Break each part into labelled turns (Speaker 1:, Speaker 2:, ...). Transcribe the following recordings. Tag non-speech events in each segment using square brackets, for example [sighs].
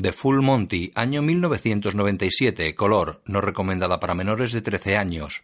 Speaker 1: The Full Monty, año mil novecientos noventa y siete, color, no recomendada para menores de trece años.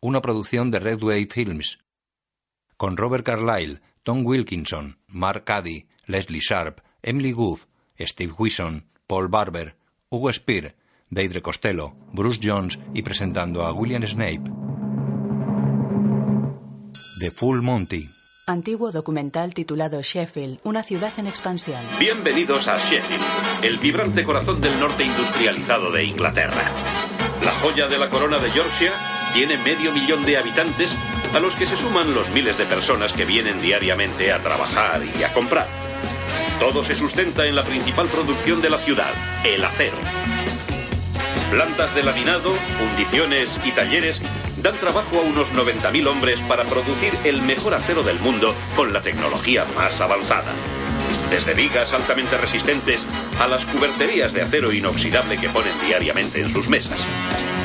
Speaker 1: una producción de Redway Films, con Robert Carlyle, Tom Wilkinson, Mark Cady, Leslie Sharp, Emily Goof, Steve Wison, Paul Barber, Hugo Spear, Deidre Costello, Bruce Jones y presentando a William Snape. The Full Monty.
Speaker 2: Antiguo documental titulado Sheffield, una ciudad en expansión.
Speaker 3: Bienvenidos a Sheffield, el vibrante corazón del norte industrializado de Inglaterra. La joya de la corona de Yorkshire tiene medio millón de habitantes a los que se suman los miles de personas que vienen diariamente a trabajar y a comprar. Todo se sustenta en la principal producción de la ciudad, el acero. Plantas de laminado, fundiciones y talleres dan trabajo a unos 90.000 hombres para producir el mejor acero del mundo con la tecnología más avanzada. Desde vigas altamente resistentes a las cuberterías de acero inoxidable que ponen diariamente en sus mesas.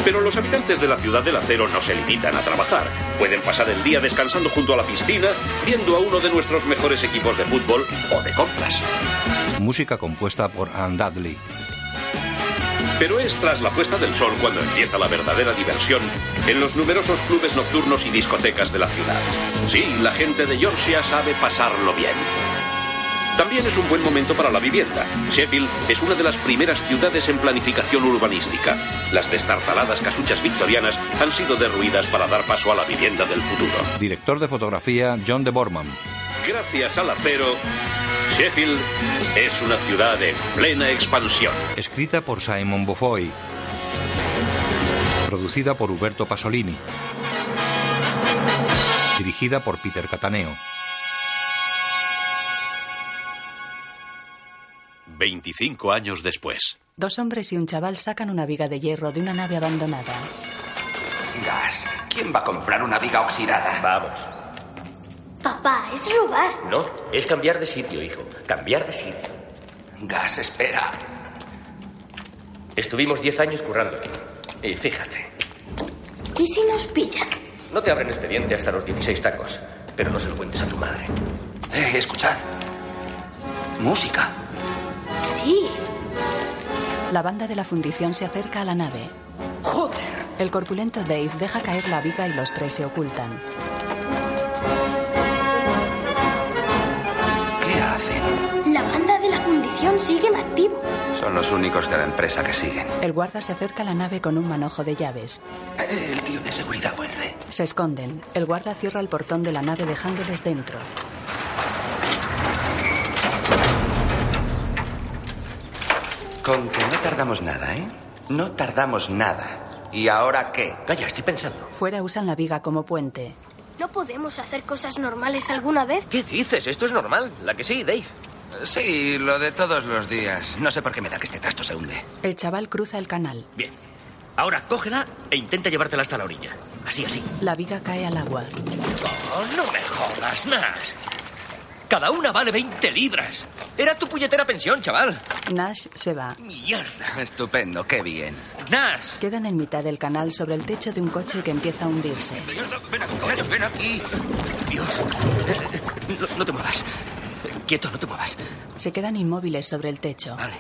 Speaker 3: Pero los habitantes de la ciudad del acero no se limitan a trabajar. Pueden pasar el día descansando junto a la piscina, viendo a uno de nuestros mejores equipos de fútbol o de compras.
Speaker 1: Música compuesta por Anne Dudley.
Speaker 3: Pero es tras la puesta del sol cuando empieza la verdadera diversión en los numerosos clubes nocturnos y discotecas de la ciudad. Sí, la gente de Yorkshire sabe pasarlo bien. También es un buen momento para la vivienda. Sheffield es una de las primeras ciudades en planificación urbanística. Las destartaladas casuchas victorianas han sido derruidas para dar paso a la vivienda del futuro.
Speaker 1: Director de fotografía John de Borman.
Speaker 3: Gracias al acero, Sheffield es una ciudad en plena expansión.
Speaker 1: Escrita por Simon Bofoy. Producida por Huberto Pasolini. Dirigida por Peter Cataneo.
Speaker 3: 25 años después.
Speaker 2: Dos hombres y un chaval sacan una viga de hierro de una nave abandonada.
Speaker 4: Gas. ¿Quién va a comprar una viga oxidada?
Speaker 5: Vamos.
Speaker 6: Papá, es robar.
Speaker 5: No, es cambiar de sitio, hijo. Cambiar de sitio.
Speaker 4: Gas, espera.
Speaker 5: Estuvimos 10 años currando aquí. Y fíjate.
Speaker 6: ¿Y si nos pillan?
Speaker 5: No te abren expediente hasta los 16 tacos. Pero no se lo cuentes a tu madre.
Speaker 4: Eh, escuchad. Música.
Speaker 6: Sí.
Speaker 2: La banda de la fundición se acerca a la nave.
Speaker 4: Joder.
Speaker 2: El corpulento Dave deja caer la viga y los tres se ocultan.
Speaker 4: ¿Qué hacen?
Speaker 6: La banda de la fundición sigue en activo.
Speaker 4: Son los únicos de la empresa que siguen.
Speaker 2: El guarda se acerca a la nave con un manojo de llaves.
Speaker 4: Eh, El tío de seguridad vuelve.
Speaker 2: Se esconden. El guarda cierra el portón de la nave dejándoles dentro.
Speaker 4: Con que no tardamos nada, ¿eh? No tardamos nada. ¿Y ahora qué?
Speaker 5: Calla, estoy pensando.
Speaker 2: Fuera usan la viga como puente.
Speaker 6: ¿No podemos hacer cosas normales alguna vez?
Speaker 5: ¿Qué dices? Esto es normal. La que sí, Dave.
Speaker 4: Eh, Sí, lo de todos los días. No sé por qué me da que este trasto se hunde.
Speaker 2: El chaval cruza el canal.
Speaker 5: Bien. Ahora cógela e intenta llevártela hasta la orilla. Así, así.
Speaker 2: La viga cae al agua.
Speaker 5: Oh, no me jodas, Nash. Cada una vale 20 libras. Era tu puñetera pensión, chaval.
Speaker 2: Nash se va.
Speaker 5: Mierda.
Speaker 4: Estupendo, qué bien.
Speaker 5: Nash.
Speaker 2: Quedan en mitad del canal sobre el techo de un coche que empieza a hundirse.
Speaker 5: Ven aquí, coño, ven aquí. Dios. No, no te muevas. Quieto, no te muevas.
Speaker 2: Se quedan inmóviles sobre el techo.
Speaker 4: Vale.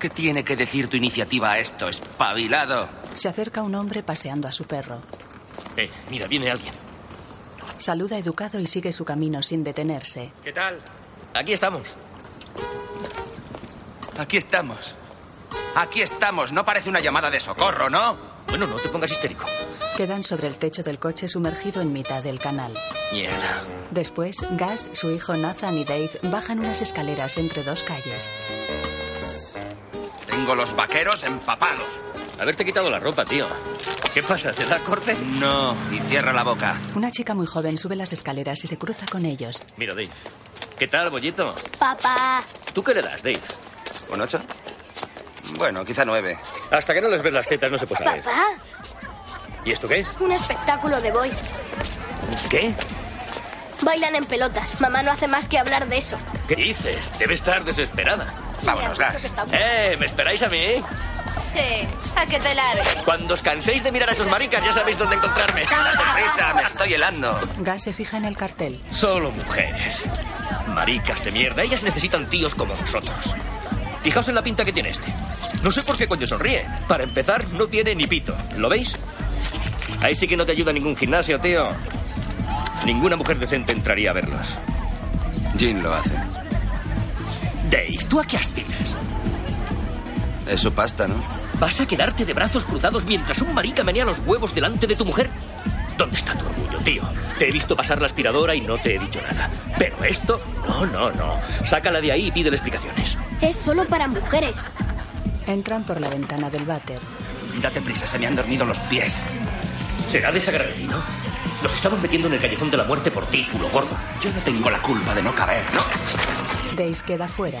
Speaker 4: ¿Qué tiene que decir tu iniciativa a esto, espabilado?
Speaker 2: Se acerca un hombre paseando a su perro.
Speaker 5: Eh, mira, viene alguien.
Speaker 2: Saluda educado y sigue su camino sin detenerse.
Speaker 5: ¿Qué tal? Aquí estamos.
Speaker 4: Aquí estamos. Aquí estamos. No parece una llamada de socorro, ¿no?
Speaker 5: Bueno, no te pongas histérico.
Speaker 2: Quedan sobre el techo del coche sumergido en mitad del canal.
Speaker 5: Mierda.
Speaker 2: Después, Gas, su hijo Nathan y Dave bajan unas escaleras entre dos calles.
Speaker 4: Tengo los vaqueros empapados.
Speaker 5: Haberte quitado la ropa, tío. ¿Qué pasa? ¿Te da corte?
Speaker 4: No. Y cierra la boca.
Speaker 2: Una chica muy joven sube las escaleras y se cruza con ellos.
Speaker 5: Mira, Dave. ¿Qué tal, bollito?
Speaker 6: Papá.
Speaker 5: ¿Tú qué le das, Dave?
Speaker 4: ¿Un ocho? Bueno, quizá nueve.
Speaker 7: Hasta que no les ves las tetas no se puede saber.
Speaker 6: Papá,
Speaker 7: ¿Y esto qué es?
Speaker 6: un espectáculo de boys.
Speaker 7: ¿Qué?
Speaker 6: Bailan en pelotas. Mamá no hace más que hablar de eso.
Speaker 7: ¿Qué dices? Debe estar desesperada.
Speaker 4: Vámonos,
Speaker 6: Mira, eso que
Speaker 4: Gas.
Speaker 6: está bueno.
Speaker 7: ¡Eh! ¿Me esperáis a mí?
Speaker 8: Sí, a que te largues.
Speaker 7: Cuando os canséis de mirar a esos maricas ya sabéis dónde encontrarme.
Speaker 4: ¡Date prisa! ¡Me estoy helando!
Speaker 2: Gas se fija en el cartel.
Speaker 7: Solo mujeres. Maricas de mierda. Ellas necesitan tíos como nosotros. Fijaos en la pinta que tiene este. No sé por qué coño sonríe. Para empezar, no tiene ni pito. ¿Lo veis? Ahí sí que no te ayuda ningún gimnasio, tío. Ninguna mujer decente entraría a verlos.
Speaker 4: Jean lo hace.
Speaker 7: Dave, ¿tú a qué aspiras?
Speaker 4: Es su pasta, ¿no?
Speaker 7: ¿Vas a quedarte de brazos cruzados mientras un marica menea los huevos delante de tu mujer? ¿Dónde está tu orgullo, tío? Te he visto pasar la aspiradora y no te he dicho nada. Pero esto, no, no, no. Sácala de ahí y pídele explicaciones.
Speaker 6: Es solo para mujeres.
Speaker 2: Entran por la ventana del váter.
Speaker 4: Date prisa, se me han dormido los pies.
Speaker 7: ¿Será desagradecido? Nos estamos metiendo en el callejón de la muerte por ti, culo gordo.
Speaker 4: Yo no tengo la culpa de no caber, ¿no?
Speaker 2: Dave queda fuera.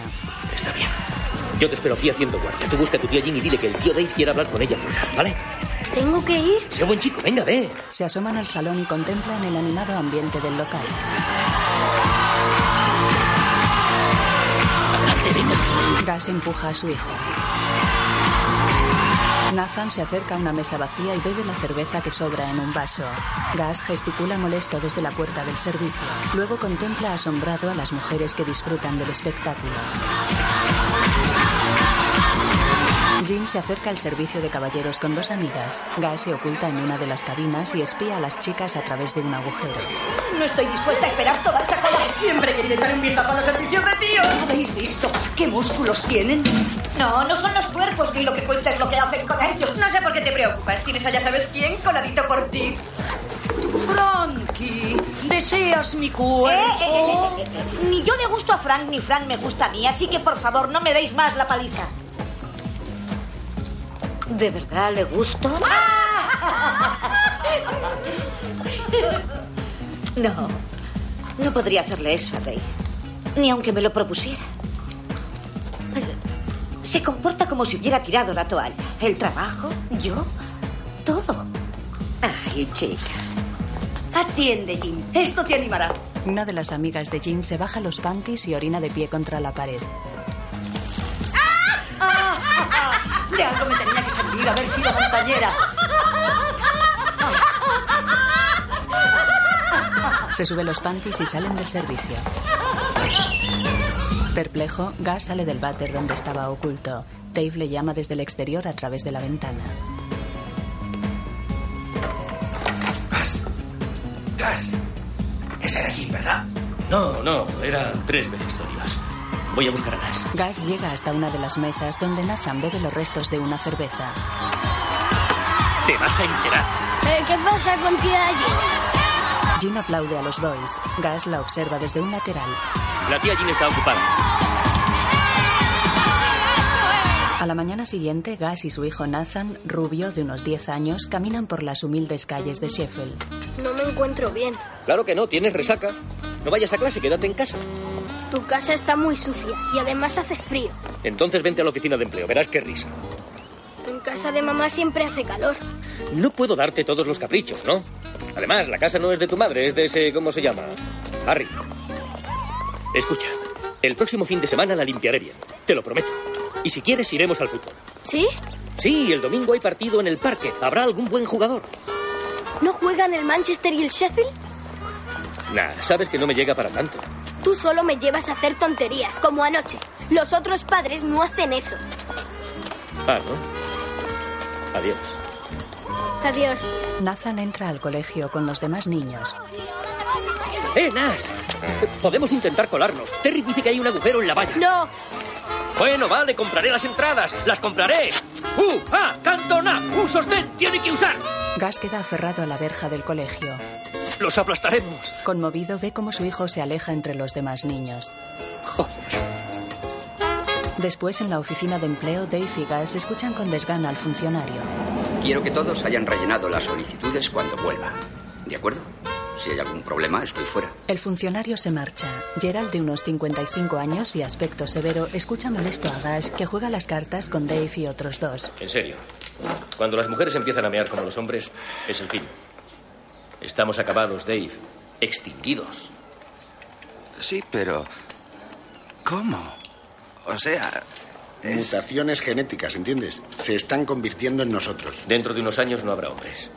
Speaker 7: Está bien. Yo te espero aquí haciendo guardia. Tú busca a tu tío Jim y dile que el tío Dave quiere hablar con ella fuera, ¿vale?
Speaker 6: ¿Tengo que ir?
Speaker 7: Sé buen chico, venga, ve.
Speaker 2: Se asoman al salón y contemplan el animado ambiente del local.
Speaker 7: Adelante, venga.
Speaker 2: Gas empuja a su hijo. Nathan se acerca a una mesa vacía y bebe la cerveza que sobra en un vaso. Gas gesticula molesto desde la puerta del servicio. Luego contempla asombrado a las mujeres que disfrutan del espectáculo. Jim se acerca al servicio de caballeros con dos amigas. Gas se oculta en una de las cabinas y espía a las chicas a través de un agujero.
Speaker 9: No estoy dispuesta a esperar toda esa cola. Siempre he querido echar un vistazo a los servicios de tío. ¿No habéis visto qué músculos tienen? No, no son los cuerpos, ni lo que cuenta es lo que hacen con ellos.
Speaker 8: No sé por qué te preocupas. Tienes allá sabes quién coladito por ti.
Speaker 9: Frankie, ¿deseas mi cuerpo? eh,
Speaker 10: Ni yo le gusto a Frank ni Frank me gusta a mí, así que por favor no me deis más la paliza.
Speaker 9: ¿De verdad le gusto?
Speaker 10: No, no podría hacerle eso a Dave, ni aunque me lo propusiera. Se comporta como si hubiera tirado la toalla. El trabajo, yo, todo. Ay, chica.
Speaker 9: Atiende, Jim. Esto te animará.
Speaker 2: Una de las amigas de Jim se baja los panties y orina de pie contra la pared.
Speaker 9: De algo me tenía que servir haber sido montañera.
Speaker 2: Se sube los panties y salen del servicio. Perplejo, Gas sale del váter donde estaba oculto. Dave le llama desde el exterior a través de la ventana.
Speaker 4: Gas. Gas. Ese era Jim, ¿verdad?
Speaker 7: No, no, eran tres vejestorios. Voy a buscar a las.
Speaker 2: Gas llega hasta una de las mesas donde Nathan bebe los restos de una cerveza.
Speaker 7: Te vas a enterar.
Speaker 6: Eh, ¿Qué pasa con tía Jean?
Speaker 2: Jim aplaude a los boys. Gas la observa desde un lateral.
Speaker 7: La tía Jean está ocupada.
Speaker 2: A la mañana siguiente, Gas y su hijo Nathan, rubio de unos 10 años, caminan por las humildes calles de Sheffield.
Speaker 6: No me encuentro bien.
Speaker 7: Claro que no, tienes resaca. No vayas a clase, quédate en casa.
Speaker 6: Tu casa está muy sucia y además hace frío.
Speaker 7: Entonces vente a la oficina de empleo, verás qué risa.
Speaker 6: En casa de mamá siempre hace calor.
Speaker 7: No puedo darte todos los caprichos, ¿no? Además, la casa no es de tu madre, es de ese... ¿Cómo se llama? Harry. Escucha, el próximo fin de semana la limpiaré bien, te lo prometo. Y si quieres, iremos al fútbol.
Speaker 6: ¿Sí?
Speaker 7: Sí, el domingo hay partido en el parque. Habrá algún buen jugador.
Speaker 6: ¿No juegan el Manchester y el Sheffield?
Speaker 7: Nah, sabes que no me llega para tanto.
Speaker 6: Tú solo me llevas a hacer tonterías, como anoche. Los otros padres no hacen eso.
Speaker 7: Ah, ¿no? Adiós.
Speaker 6: Adiós.
Speaker 2: Nathan entra al colegio con los demás niños.
Speaker 7: ¡Eh, Nas! Eh, Podemos intentar colarnos. Terry dice que hay un agujero en la valla.
Speaker 6: No,
Speaker 7: Bueno, vale, compraré las entradas. ¡Las compraré! ¡Uh! ¡Ah! ¡Cantona! ¡Un sostén! ¡Tiene que usar!
Speaker 2: Gas queda aferrado a la verja del colegio.
Speaker 7: ¡Los aplastaremos!
Speaker 2: Conmovido, ve cómo su hijo se aleja entre los demás niños. Después, en la oficina de empleo, Dave y Gas escuchan con desgana al funcionario.
Speaker 4: Quiero que todos hayan rellenado las solicitudes cuando vuelva. ¿De acuerdo?
Speaker 11: Si hay algún problema, estoy fuera.
Speaker 2: El funcionario se marcha. Gerald, de unos 55 años y aspecto severo, escucha molesto a Gash, que juega las cartas con Dave y otros dos.
Speaker 7: En serio. Cuando las mujeres empiezan a mear como los hombres, es el fin. Estamos acabados, Dave. Extinguidos.
Speaker 4: Sí, pero... ¿Cómo? O sea...
Speaker 12: Mutaciones genéticas, ¿entiendes? Se están convirtiendo en nosotros.
Speaker 7: Dentro de unos años no habrá hombres.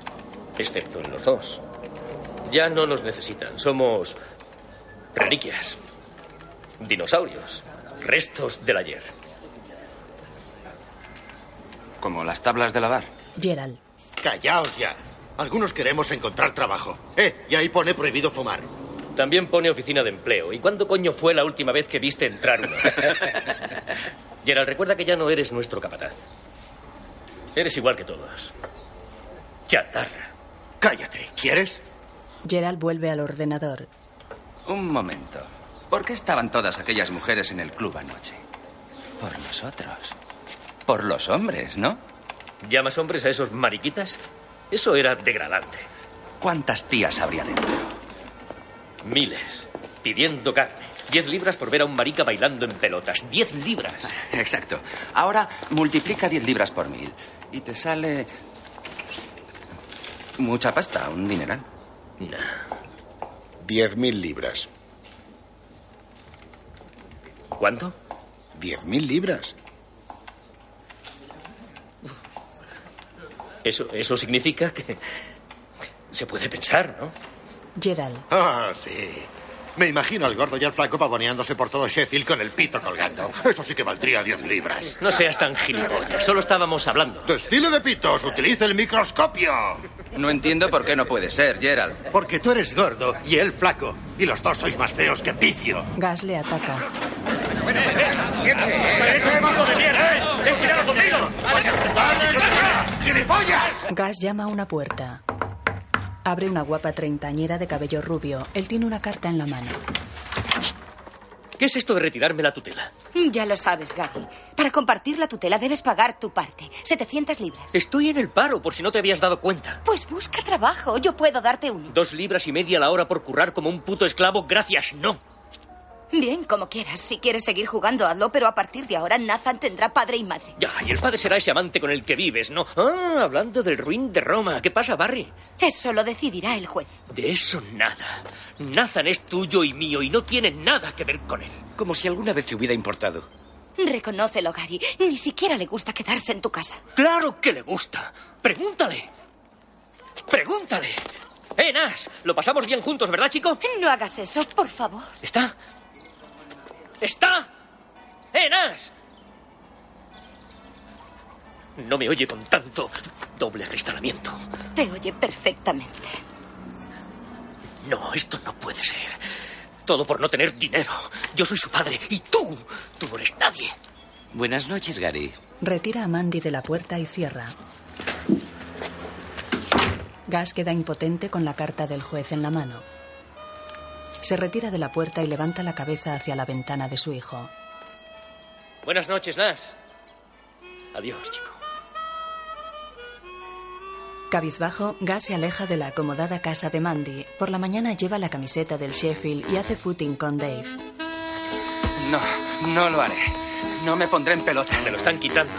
Speaker 7: Excepto en los dos. Ya no nos necesitan. Somos reliquias. Dinosaurios. Restos del ayer.
Speaker 4: Como las tablas de lavar.
Speaker 2: Gerald.
Speaker 13: Callaos ya. Algunos queremos encontrar trabajo. Eh, y ahí pone prohibido fumar.
Speaker 7: También pone oficina de empleo. ¿Y cuándo coño fue la última vez que viste entrar uno? Gerald, recuerda que ya no eres nuestro capataz. Eres igual que todos. Chatarra.
Speaker 13: Cállate, ¿quieres?
Speaker 2: Gerald vuelve al ordenador.
Speaker 4: Un momento. ¿Por qué estaban todas aquellas mujeres en el club anoche? Por nosotros. Por los hombres, ¿no?
Speaker 7: ¿Llamas hombres a esos mariquitas? Eso era degradante.
Speaker 4: ¿Cuántas tías habría dentro?
Speaker 7: Miles. Pidiendo carne. Diez libras por ver a un marica bailando en pelotas. Diez libras.
Speaker 4: [laughs] Exacto. Ahora multiplica 10 libras por mil y te sale... Mucha pasta, un dineral.
Speaker 12: Diez mil libras.
Speaker 7: ¿Cuánto?
Speaker 12: Diez mil libras.
Speaker 7: Eso, eso significa que... Se puede pensar, ¿no?
Speaker 2: Gerald.
Speaker 13: Ah, sí. Me imagino al gordo y al flaco pavoneándose por todo Sheffield con el pito colgando. Eso sí que valdría 10 libras.
Speaker 7: No seas tan gilipollas. Solo estábamos hablando.
Speaker 13: ¡Desfile de pitos! ¡Utiliza el microscopio!
Speaker 4: No entiendo por qué no puede ser, Gerald.
Speaker 13: Porque tú eres gordo y él flaco. Y los dos sois más feos que vicio.
Speaker 2: Gas le ataca. Gas llama a una puerta. Abre una guapa treintañera de cabello rubio. Él tiene una carta en la mano.
Speaker 7: ¿Qué es esto de retirarme la tutela?
Speaker 14: Mm, Ya lo sabes, Gary. Para compartir la tutela debes pagar tu parte. 700 libras.
Speaker 7: Estoy en el paro, por si no te habías dado cuenta.
Speaker 14: Pues busca trabajo. Yo puedo darte uno.
Speaker 7: Dos libras y media a la hora por currar como un puto esclavo, gracias, no.
Speaker 14: Bien, como quieras. Si quieres seguir jugando, hazlo, pero a partir de ahora Nathan tendrá padre y madre.
Speaker 7: Ya, y el padre será ese amante con el que vives, ¿no? Ah, hablando del ruin de Roma. ¿Qué pasa, Barry?
Speaker 14: Eso lo decidirá el juez.
Speaker 7: De eso nada. Nathan es tuyo y mío y no tiene nada que ver con él.
Speaker 11: Como si alguna vez te hubiera importado.
Speaker 14: Reconócelo, Gary. Ni siquiera le gusta quedarse en tu casa.
Speaker 7: Claro que le gusta. Pregúntale. Pregúntale. ¡Eh, Nas! Lo pasamos bien juntos, ¿verdad, chico?
Speaker 14: No hagas eso, por favor.
Speaker 7: ¿Está? ¿Está? ¡Eh, Nas! No me oye con tanto doble cristalamiento.
Speaker 14: Te oye perfectamente.
Speaker 7: No, esto no puede ser. Todo por no tener dinero. Yo soy su padre y tú, tú no eres nadie.
Speaker 11: Buenas noches, Gary.
Speaker 2: Retira a Mandy de la puerta y cierra. Gas queda impotente con la carta del juez en la mano. Se retira de la puerta y levanta la cabeza hacia la ventana de su hijo.
Speaker 7: Buenas noches, Nas. Adiós, chico.
Speaker 2: Cabizbajo, Gas se aleja de la acomodada casa de Mandy. Por la mañana lleva la camiseta del Sheffield y hace footing con Dave.
Speaker 4: No, no lo haré. No me pondré en pelota.
Speaker 7: Me lo están quitando.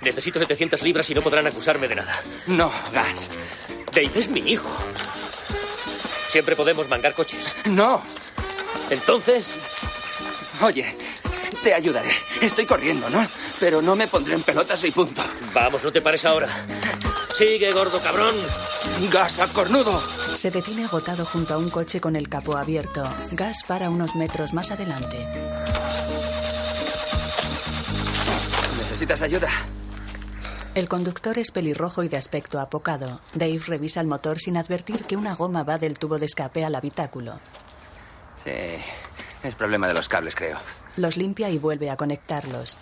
Speaker 7: Necesito 700 libras y no podrán acusarme de nada.
Speaker 4: No, Gas.
Speaker 7: Dave es mi hijo. Siempre podemos mangar coches.
Speaker 4: No.
Speaker 7: Entonces...
Speaker 4: Oye, te ayudaré. Estoy corriendo, ¿no? Pero no me pondré en pelotas y punto.
Speaker 7: Vamos, no te pares ahora. Sigue, gordo cabrón.
Speaker 4: Gas al cornudo.
Speaker 2: Se detiene agotado junto a un coche con el capó abierto. Gas para unos metros más adelante.
Speaker 4: ¿Necesitas ayuda?
Speaker 2: El conductor es pelirrojo y de aspecto apocado. Dave revisa el motor sin advertir que una goma va del tubo de escape al habitáculo.
Speaker 4: Sí, es problema de los cables, creo.
Speaker 2: Los limpia y vuelve a conectarlos.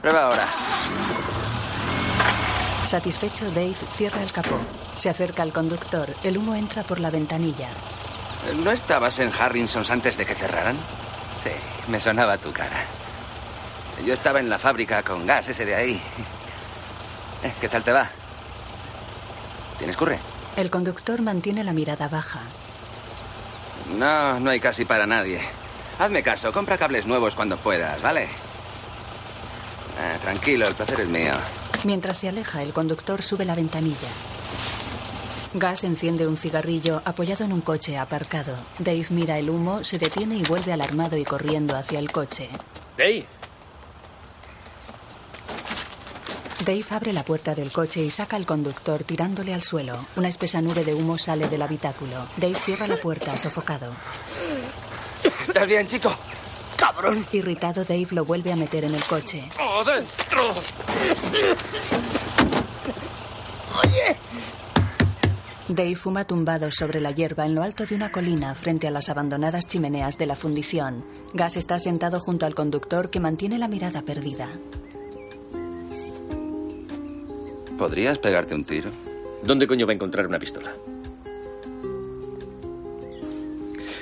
Speaker 4: Prueba ahora.
Speaker 2: Satisfecho, Dave cierra el capó. Se acerca al conductor. El humo entra por la ventanilla.
Speaker 4: ¿No estabas en Harrison's antes de que cerraran? Sí, me sonaba tu cara. Yo estaba en la fábrica con gas, ese de ahí. Eh, ¿Qué tal te va? ¿Tienes curre?
Speaker 2: El conductor mantiene la mirada baja.
Speaker 4: No, no hay casi para nadie. Hazme caso, compra cables nuevos cuando puedas, ¿vale? Ah, tranquilo, el placer es mío.
Speaker 2: Mientras se aleja, el conductor sube la ventanilla. Gas enciende un cigarrillo apoyado en un coche aparcado. Dave mira el humo, se detiene y vuelve alarmado y corriendo hacia el coche.
Speaker 7: ¡Ey!
Speaker 2: Dave abre la puerta del coche y saca al conductor tirándole al suelo. Una espesa nube de humo sale del habitáculo. Dave cierra la puerta sofocado.
Speaker 4: ¿Estás bien, chico? ¡Cabrón!
Speaker 2: Irritado, Dave lo vuelve a meter en el coche.
Speaker 4: ¡Oh, dentro!
Speaker 2: ¡Oye! Dave fuma tumbado sobre la hierba en lo alto de una colina frente a las abandonadas chimeneas de la fundición. Gas está sentado junto al conductor que mantiene la mirada perdida.
Speaker 4: ¿Podrías pegarte un tiro?
Speaker 7: ¿Dónde coño va a encontrar una pistola?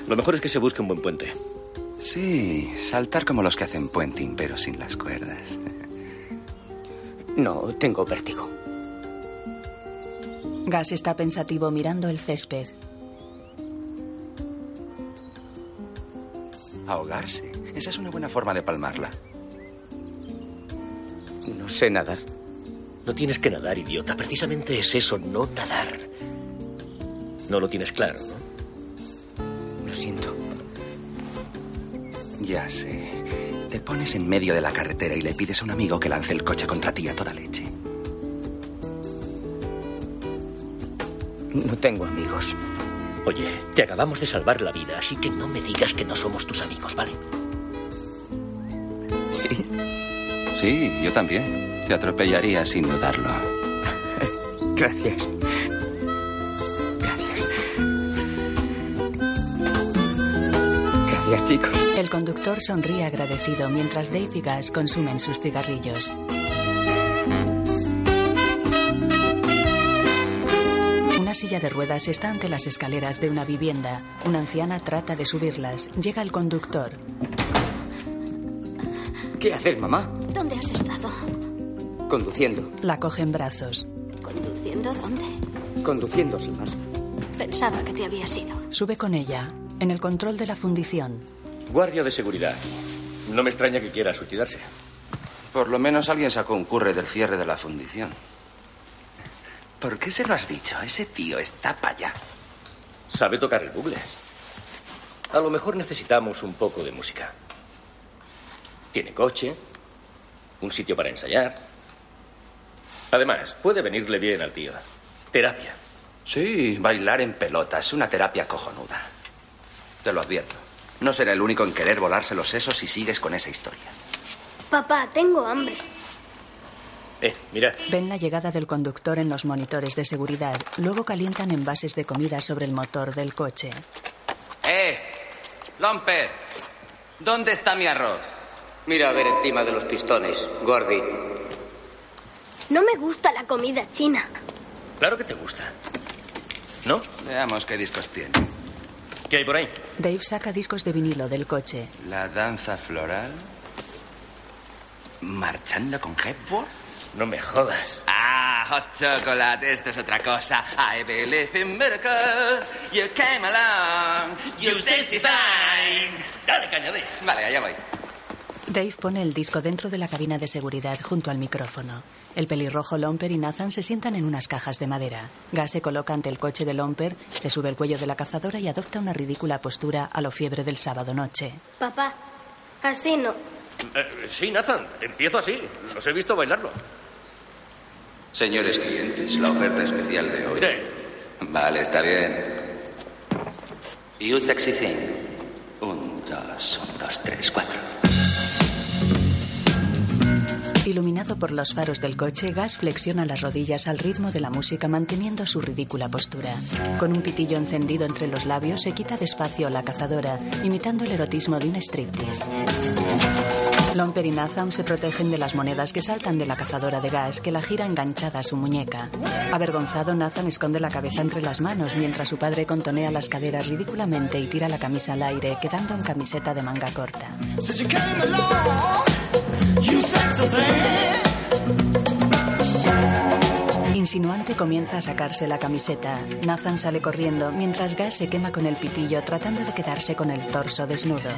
Speaker 7: Lo mejor es que se busque un buen puente.
Speaker 4: Sí, saltar como los que hacen puenting, pero sin las cuerdas.
Speaker 11: No, tengo vértigo.
Speaker 2: Gas está pensativo mirando el césped.
Speaker 4: Ahogarse. Esa es una buena forma de palmarla.
Speaker 11: No sé nadar.
Speaker 7: No tienes que nadar, idiota. Precisamente es eso, no nadar. No lo tienes claro, ¿no?
Speaker 11: Lo siento.
Speaker 4: Ya sé. Te pones en medio de la carretera y le pides a un amigo que lance el coche contra ti a toda leche.
Speaker 11: No tengo amigos.
Speaker 7: Oye, te acabamos de salvar la vida, así que no me digas que no somos tus amigos, ¿vale?
Speaker 11: Sí.
Speaker 4: Sí, yo también. Te atropellaría sin dudarlo.
Speaker 11: Gracias. Gracias, chicos.
Speaker 2: El conductor sonríe agradecido mientras Dave y Gas consumen sus cigarrillos. Una silla de ruedas está ante las escaleras de una vivienda. Una anciana trata de subirlas. Llega el conductor.
Speaker 11: ¿Qué haces, mamá?
Speaker 6: ¿Dónde has estado?
Speaker 11: Conduciendo.
Speaker 2: La coge en brazos.
Speaker 6: ¿Conduciendo dónde?
Speaker 11: Conduciendo, sin más.
Speaker 6: Pensaba que te había sido.
Speaker 2: Sube con ella. En el control de la fundición.
Speaker 7: Guardia de seguridad. No me extraña que quiera suicidarse.
Speaker 4: Por lo menos alguien sacó un curre del cierre de la fundición. ¿Por qué se lo has dicho? Ese tío está para allá.
Speaker 7: Sabe tocar el bugle. A lo mejor necesitamos un poco de música. Tiene coche, un sitio para ensayar. Además, puede venirle bien al tío. Terapia.
Speaker 4: Sí, bailar en pelota es una terapia cojonuda. Te lo advierto. No será el único en querer volarse los sesos si sigues con esa historia.
Speaker 6: Papá, tengo hambre.
Speaker 7: Eh, mira.
Speaker 2: Ven la llegada del conductor en los monitores de seguridad. Luego calientan envases de comida sobre el motor del coche.
Speaker 4: ¡Eh! Lomper, ¿dónde está mi arroz?
Speaker 11: Mira a ver encima de los pistones, Gordy.
Speaker 6: No me gusta la comida china.
Speaker 7: Claro que te gusta. ¿No?
Speaker 4: Veamos qué discos tiene.
Speaker 7: ¿Qué hay por ahí?
Speaker 2: Dave saca discos de vinilo del coche.
Speaker 4: La danza floral. Marchando con Hepburn.
Speaker 7: No me jodas.
Speaker 4: Ah, hot chocolate, esto es otra cosa. I believe in miracles. You came along. You said it's fine.
Speaker 7: Dale, caña, Dave.
Speaker 4: Vale, allá voy.
Speaker 2: Dave pone el disco dentro de la cabina de seguridad junto al micrófono. El pelirrojo Lomper y Nathan se sientan en unas cajas de madera. Gas se coloca ante el coche de Lomper, se sube el cuello de la cazadora y adopta una ridícula postura a lo fiebre del sábado noche.
Speaker 6: Papá, así no.
Speaker 7: Eh, sí, Nathan, empiezo así. Los he visto bailarlo.
Speaker 4: Señores clientes, la oferta especial de hoy.
Speaker 7: Sí.
Speaker 4: Vale, está bien. You sexy thing. Un, dos, un, dos, tres, cuatro.
Speaker 2: Iluminado por los faros del coche, Gas flexiona las rodillas al ritmo de la música manteniendo su ridícula postura. Con un pitillo encendido entre los labios, se quita despacio la cazadora, imitando el erotismo de un striptease. Lomper y Nazam se protegen de las monedas que saltan de la cazadora de gas que la gira enganchada a su muñeca. Avergonzado, Nazam esconde la cabeza entre las manos mientras su padre contonea las caderas ridículamente y tira la camisa al aire, quedando en camiseta de manga corta.
Speaker 15: Since you came along, you sexy thing.
Speaker 2: insinuante comienza a sacarse la camiseta. Nathan sale corriendo mientras Gas se quema con el pitillo tratando de quedarse con el torso desnudo.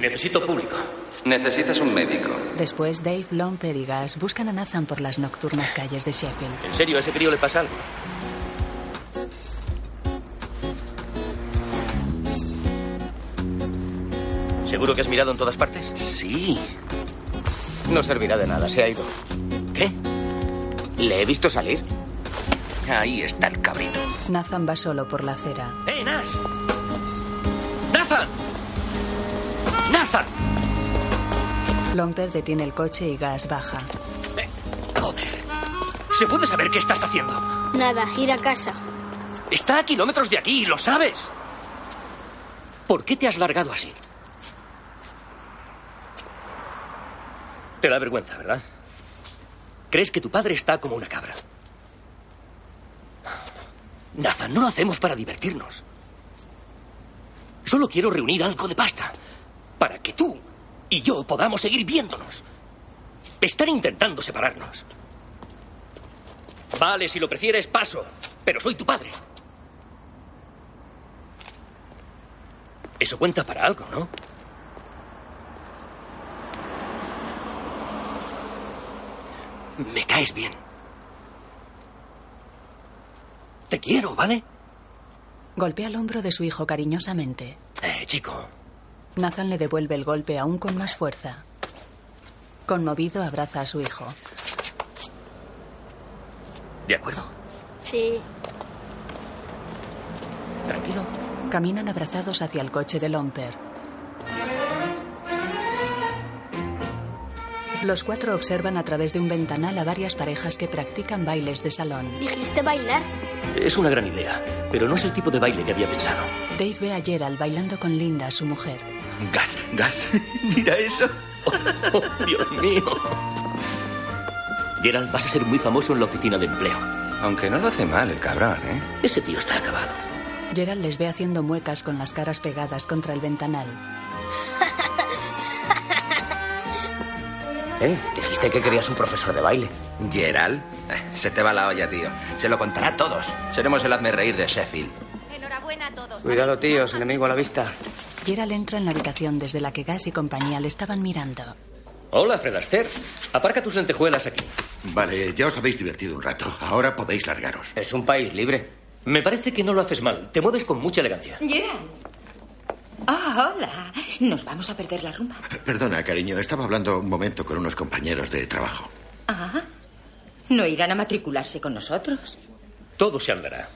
Speaker 7: Necesito público.
Speaker 4: Necesitas un médico.
Speaker 2: Después, Dave, Lomper y Gas buscan a Nathan por las nocturnas calles de Sheffield.
Speaker 7: ¿En serio a ese crío le pasa algo? ¿Seguro que has mirado en todas partes?
Speaker 11: Sí. No servirá de nada, se ha ido.
Speaker 7: ¿Qué?
Speaker 11: ¿Le he visto salir? Ahí está el cabrito.
Speaker 2: Nathan va solo por la acera.
Speaker 7: ¡Eh, Nas! ¡Nathan! ¡Nathan!
Speaker 2: Lomper detiene el coche y Gas baja.
Speaker 7: Joder. ¿Se puede saber qué estás haciendo?
Speaker 6: Nada, ir a casa.
Speaker 7: Está a kilómetros de aquí y lo sabes. ¿Por qué te has largado así? Te da vergüenza, ¿verdad? Crees que tu padre está como una cabra. Nathan, no lo hacemos para divertirnos. Solo quiero reunir algo de pasta para que tú y yo podamos seguir viéndonos. Están intentando separarnos. Vale, si lo prefieres, paso, pero soy tu padre. Eso cuenta para algo, ¿no? Me caes bien. Te quiero, ¿vale?
Speaker 2: Golpea el hombro de su hijo cariñosamente.
Speaker 7: Eh, chico,
Speaker 2: Nathan le devuelve el golpe aún con más fuerza. Conmovido, abraza a su hijo.
Speaker 7: ¿de acuerdo?
Speaker 6: Sí.
Speaker 7: Tranquilo.
Speaker 2: Caminan abrazados hacia el coche de Lomper. Los cuatro observan a través de un ventanal a varias parejas que practican bailes de salón.
Speaker 6: ¿Dijiste bailar?
Speaker 7: Es una gran idea, pero no es el tipo de baile que había pensado.
Speaker 2: Dave ve a Gerald bailando con Linda, su mujer.
Speaker 7: Gas,
Speaker 4: [laughs]
Speaker 7: gas. Mira eso. Oh, Dios mío. Gerald, vas a ser muy famoso en la oficina de empleo.
Speaker 4: Aunque no lo hace mal el cabrón, ¿eh?
Speaker 7: Ese tío está acabado.
Speaker 2: Gerald les ve haciendo muecas con las caras pegadas contra el ventanal.
Speaker 11: ¿Eh? Dijiste que querías un profesor de baile.
Speaker 4: Gerald, eh, se te va la olla, tío. Se lo contará a todos. Seremos el hazme reír de Sheffield.
Speaker 8: Enhorabuena a todos.
Speaker 11: Cuidado, tíos, enemigo a la vista.
Speaker 2: Gerald entra en la habitación desde la que Gas y compañía le estaban mirando.
Speaker 7: Hola, Fred Astaire. Aparca tus lentejuelas aquí.
Speaker 13: Vale, ya os habéis divertido un rato. Ahora podéis largaros.
Speaker 11: Es un país libre.
Speaker 7: Me parece que no lo haces mal. Te mueves con mucha elegancia.
Speaker 10: Gerald. Ah, hola. Nos vamos a perder la rumba.
Speaker 13: Perdona, cariño, estaba hablando un momento con unos compañeros de trabajo.
Speaker 10: Ah, no irán a matricularse con nosotros.
Speaker 7: Todo se andará.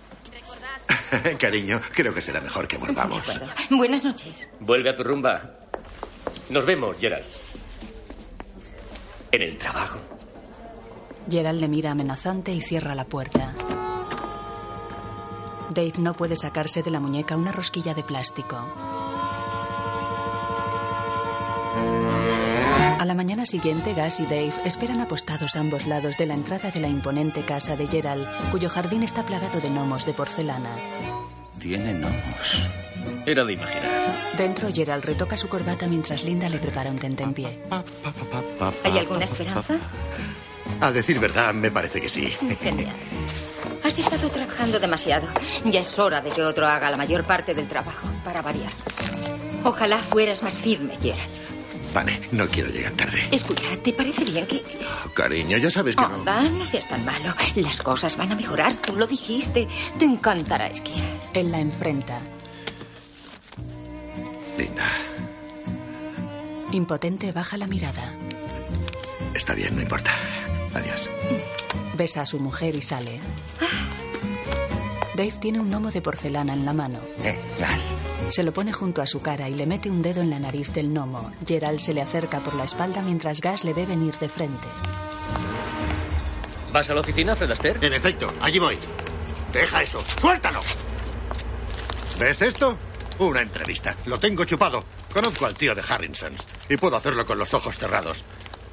Speaker 13: [laughs] cariño, creo que será mejor que volvamos.
Speaker 10: De acuerdo. Buenas noches.
Speaker 7: Vuelve a tu rumba. Nos vemos, Gerald. En el trabajo.
Speaker 2: Gerald le mira amenazante y cierra la puerta. Dave no puede sacarse de la muñeca una rosquilla de plástico. A la mañana siguiente, Gas y Dave esperan apostados a ambos lados de la entrada de la imponente casa de Gerald, cuyo jardín está plagado de gnomos de porcelana.
Speaker 4: Tiene gnomos.
Speaker 7: Era de imaginar.
Speaker 2: Dentro, Gerald retoca su corbata mientras Linda le prepara un tentempié.
Speaker 10: ¿Hay alguna esperanza?
Speaker 13: A decir verdad, me parece que sí.
Speaker 10: Genial. Has estado trabajando demasiado. Ya es hora de que otro haga la mayor parte del trabajo, para variar. Ojalá fueras más firme, Gerald.
Speaker 13: Vale, no quiero llegar tarde.
Speaker 10: Escucha, ¿te parece bien que...
Speaker 13: Cariño, ya sabes
Speaker 10: Oh,
Speaker 13: que no.
Speaker 10: Anda, no seas tan malo. Las cosas van a mejorar, tú lo dijiste. Te encantará esquiar.
Speaker 2: Él la enfrenta.
Speaker 13: Linda,
Speaker 2: Impotente, baja la mirada.
Speaker 13: está bien, no importa. Adiós.
Speaker 2: Besa a su mujer y sale. Dave tiene un gnomo de porcelana en la mano.
Speaker 4: Eh, gas.
Speaker 2: Se lo pone junto a su cara y le mete un dedo en la nariz del gnomo. Gerald se le acerca por la espalda mientras Gas le ve venir de frente.
Speaker 7: ¿Vas a la oficina, Fred Astaire?
Speaker 13: En efecto, allí voy. Deja eso. ¡Suéltalo! ¿Ves esto? Una entrevista. Lo tengo chupado. Conozco al tío de Harrison y puedo hacerlo con los ojos cerrados.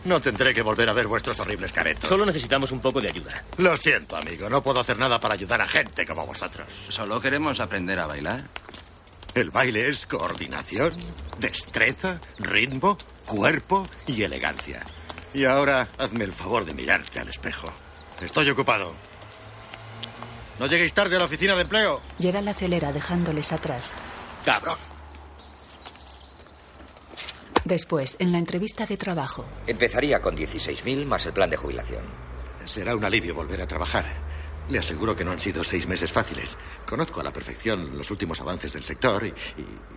Speaker 13: No tendré que volver a ver vuestros horribles caretos.
Speaker 7: Solo necesitamos un poco de ayuda.
Speaker 13: Lo siento, amigo. No puedo hacer nada para ayudar a gente como vosotros.
Speaker 4: Solo queremos aprender a bailar.
Speaker 13: El baile es coordinación, destreza, ritmo, cuerpo y elegancia. Y ahora hazme el favor de mirarte al espejo. Estoy ocupado. No lleguéis tarde a la oficina de empleo.
Speaker 2: Gerald acelera dejándoles atrás.
Speaker 13: Cabrón.
Speaker 2: Después, en la entrevista de trabajo,
Speaker 15: Empezaría con 16.000 más el plan de jubilación.
Speaker 13: Será un alivio volver a trabajar. Le aseguro que no han sido seis meses fáciles. Conozco a la perfección los últimos avances del sector y, y-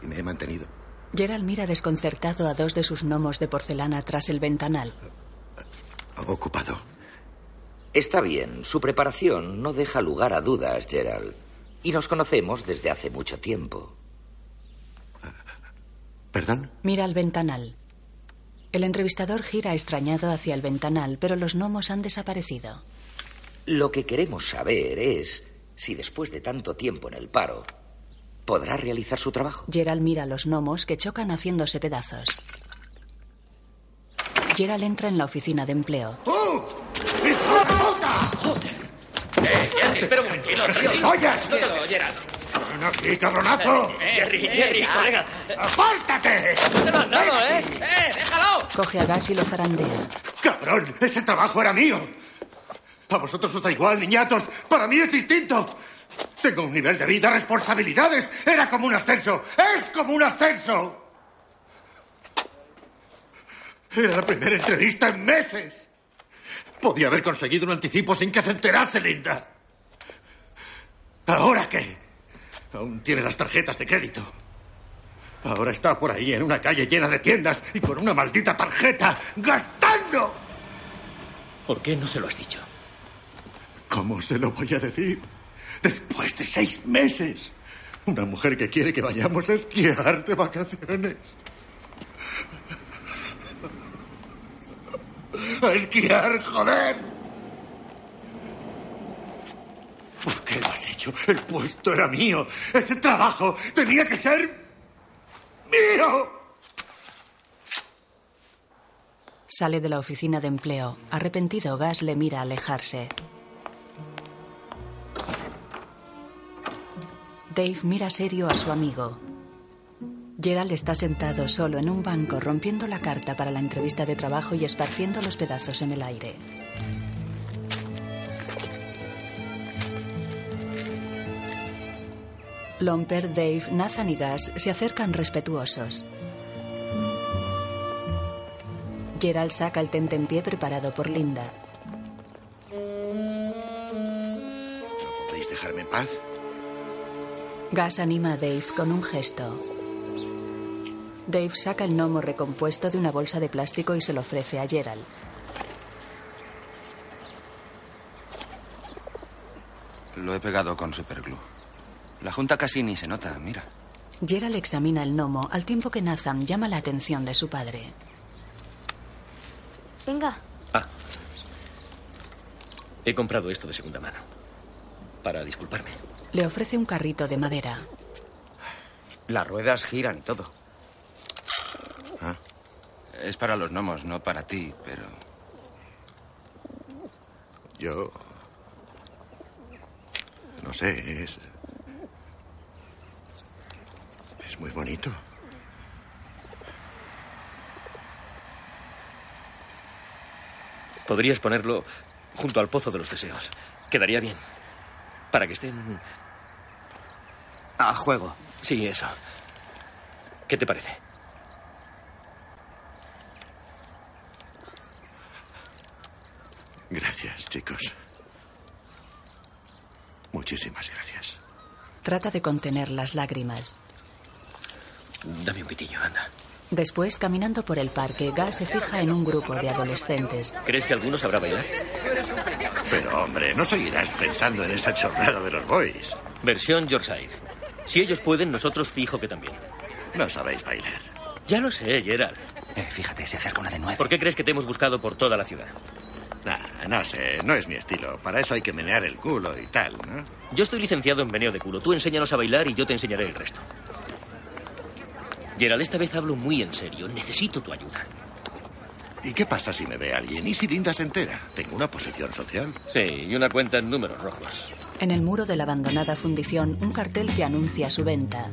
Speaker 13: y me he mantenido.
Speaker 2: Gerald mira desconcertado a dos de sus gnomos de porcelana tras el ventanal.
Speaker 13: Ocupado.
Speaker 15: Está bien, su preparación no deja lugar a dudas, Gerald. Y nos conocemos desde hace mucho tiempo.
Speaker 13: Ah, ¿Perdón?
Speaker 2: Mira al ventanal. El entrevistador gira extrañado hacia el ventanal, pero los gnomos han desaparecido.
Speaker 15: Lo que queremos saber es si después de tanto tiempo en el paro, podrá realizar su trabajo.
Speaker 2: Gerald mira a los gnomos que chocan haciéndose pedazos. Gerald entra en la oficina de empleo.
Speaker 5: espera un momento.
Speaker 13: ¡Oyes!
Speaker 5: No, Gerard.
Speaker 13: ¡Ven aquí, cabronazo!
Speaker 5: Eh, Jerry, Jerry, colega.
Speaker 13: ¡Apártate!
Speaker 5: No, ¿eh? ¡Eh, déjalo!
Speaker 2: Coge a Gas y lo zarandea.
Speaker 13: ¡Cabrón! ¡Ese trabajo era mío! A vosotros os da igual, niñatos. Para mí es distinto. Tengo un nivel de vida, responsabilidades. Era como un ascenso. ¡Es como un ascenso! Era la primera entrevista en meses. Podía haber conseguido un anticipo sin que se enterase, Linda. ¿Ahora qué? Aún tiene las tarjetas de crédito. Ahora está por ahí en una calle llena de tiendas y con una maldita tarjeta gastando.
Speaker 5: ¿Por qué no se lo has dicho?
Speaker 13: ¿Cómo se lo voy a decir? Después de seis meses. Una mujer que quiere que vayamos a esquiar de vacaciones. ¡A esquiar, joder! ¿Por qué lo has hecho? El puesto era mío. Ese trabajo tenía que ser mío.
Speaker 2: Sale de la oficina de empleo. Arrepentido, Gas le mira alejarse. Dave mira serio a su amigo. Gerald está sentado solo en un banco rompiendo la carta para la entrevista de trabajo y esparciendo los pedazos en el aire. Lomper, Dave, Nathan y Gas se acercan respetuosos. Gerald saca el tentempié preparado por Linda.
Speaker 13: ¿Podéis dejarme en paz?
Speaker 2: Gas anima a Dave con un gesto. Dave saca el gnomo recompuesto de una bolsa de plástico y se lo ofrece a Gerald.
Speaker 4: Lo he pegado con superglue. La junta casi ni se nota, mira.
Speaker 2: Gerald examina el gnomo al tiempo que Nathan llama la atención de su padre.
Speaker 6: Venga,
Speaker 5: He comprado esto de segunda mano. Para disculparme.
Speaker 2: Le ofrece un carrito de madera.
Speaker 11: Las ruedas giran y todo.
Speaker 13: Ah.
Speaker 4: Es para los gnomos, no para ti, pero...
Speaker 13: Yo... No sé, es... Es muy bonito.
Speaker 5: Podrías ponerlo junto al pozo de los deseos. Quedaría bien. Para que estén. A juego. Sí, eso. ¿Qué te parece?
Speaker 13: Gracias, chicos. Muchísimas gracias.
Speaker 2: Trata de contener las lágrimas.
Speaker 5: Dame un pitillo, anda.
Speaker 2: Después, caminando por el parque, Gas se fija en un grupo de adolescentes.
Speaker 5: ¿Crees que alguno sabrá bailar?
Speaker 13: Pero, hombre, no seguirás pensando en esa chorrada de los boys.
Speaker 5: Versión Yorkshire. Si ellos pueden, nosotros fijo que también.
Speaker 13: No sabéis bailar.
Speaker 5: Ya lo sé, Gerald.
Speaker 13: Eh, fíjate, se acerca una de nuevo.
Speaker 5: ¿Por qué crees que te hemos buscado por toda la ciudad?
Speaker 13: no sé, no es mi estilo. Para eso hay que menear el culo y tal, ¿no?
Speaker 5: Yo estoy licenciado en meneo de culo. Tú enséñanos a bailar y yo te enseñaré el resto. Gerald, esta vez hablo muy en serio. Necesito tu ayuda.
Speaker 13: ¿Y qué pasa si me ve alguien? ¿Y si Linda se entera? Tengo una posición social.
Speaker 5: Sí, y una cuenta en números rojos.
Speaker 2: En el muro de la abandonada fundición, un cartel que anuncia su venta.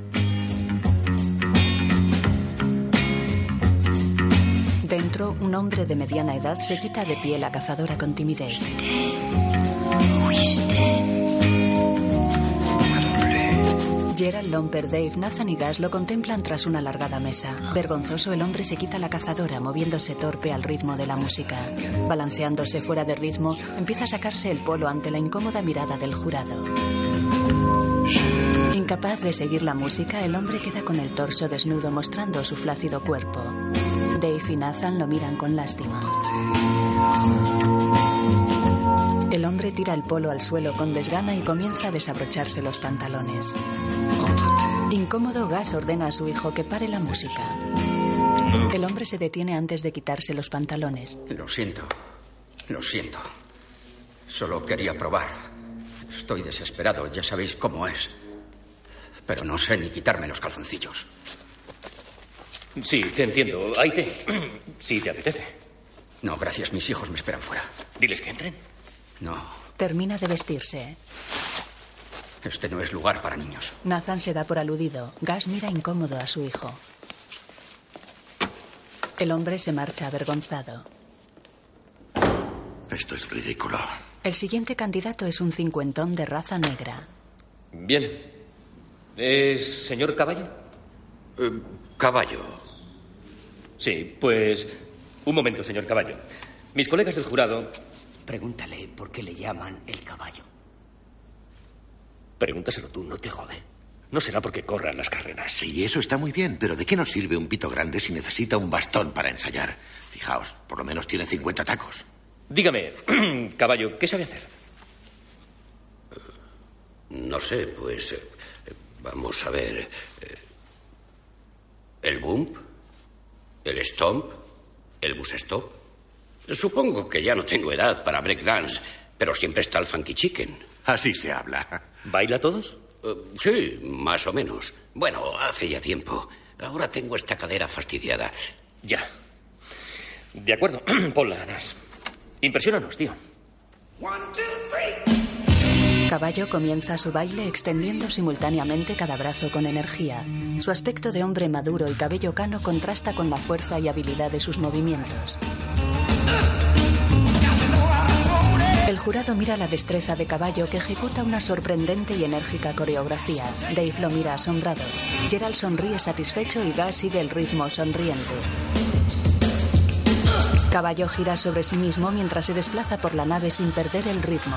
Speaker 2: Dentro, un hombre de mediana edad se quita de pie la cazadora con timidez. Gerald Lomper, Dave, Nathan y Gas lo contemplan tras una alargada mesa. Vergonzoso, el hombre se quita la cazadora, moviéndose torpe al ritmo de la música. Balanceándose fuera de ritmo, empieza a sacarse el polo ante la incómoda mirada del jurado. Incapaz de seguir la música, el hombre queda con el torso desnudo mostrando su flácido cuerpo. Dave y Nathan lo miran con lástima. El hombre tira el polo al suelo con desgana y comienza a desabrocharse los pantalones. Incómodo, Gas ordena a su hijo que pare la música. El hombre se detiene antes de quitarse los pantalones.
Speaker 4: Lo siento. Lo siento. Solo quería probar. Estoy desesperado, ya sabéis cómo es. Pero no sé ni quitarme los calzoncillos.
Speaker 7: Sí, te entiendo. Ahí te. [clears throat] Si te apetece.
Speaker 4: No, gracias, mis hijos me esperan fuera.
Speaker 7: Diles que entren.
Speaker 4: No,
Speaker 2: Termina de vestirse.
Speaker 4: este no es lugar para niños.
Speaker 2: Nathan se da por aludido. Gas mira incómodo a su hijo. El hombre se marcha avergonzado.
Speaker 13: Esto es ridículo.
Speaker 2: El siguiente candidato es un cincuentón de raza negra.
Speaker 7: Bien. ¿Es señor Caballo?
Speaker 4: caballo.
Speaker 7: Sí, pues. Un momento, señor Caballo. Mis colegas del jurado.
Speaker 16: Pregúntale por qué le llaman el caballo.
Speaker 7: Pregúntaselo tú, no te jode. No será porque corran las carreras.
Speaker 13: Sí, eso está muy bien, pero ¿de qué nos sirve un pito grande si necesita un bastón para ensayar? Fijaos, por lo menos tiene 50 tacos.
Speaker 7: Dígame, [clears throat] Caballo, ¿qué sabe hacer?
Speaker 13: No sé, pues.
Speaker 4: Vamos a ver. eh, ¿El bump? ¿El stomp? ¿El bus stop? Supongo que ya no tengo edad para breakdance, pero siempre está el funky chicken. Eh,
Speaker 13: Así se habla.
Speaker 7: ¿Baila todos?
Speaker 4: sí, más o menos. Bueno, hace ya tiempo. Ahora tengo esta cadera fastidiada.
Speaker 7: Ya. De acuerdo, [clears throat] ponla ganas. Impresiónanos, tío.
Speaker 2: Caballo comienza su baile extendiendo simultáneamente cada brazo con energía. Su aspecto de hombre maduro y cabello cano contrasta con la fuerza y habilidad de sus movimientos. El jurado mira la destreza de caballo que ejecuta una sorprendente y enérgica coreografía. Dave lo mira asombrado. Gerald sonríe satisfecho y Gas sigue el ritmo sonriente. Caballo gira sobre sí mismo mientras se desplaza por la nave sin perder el ritmo.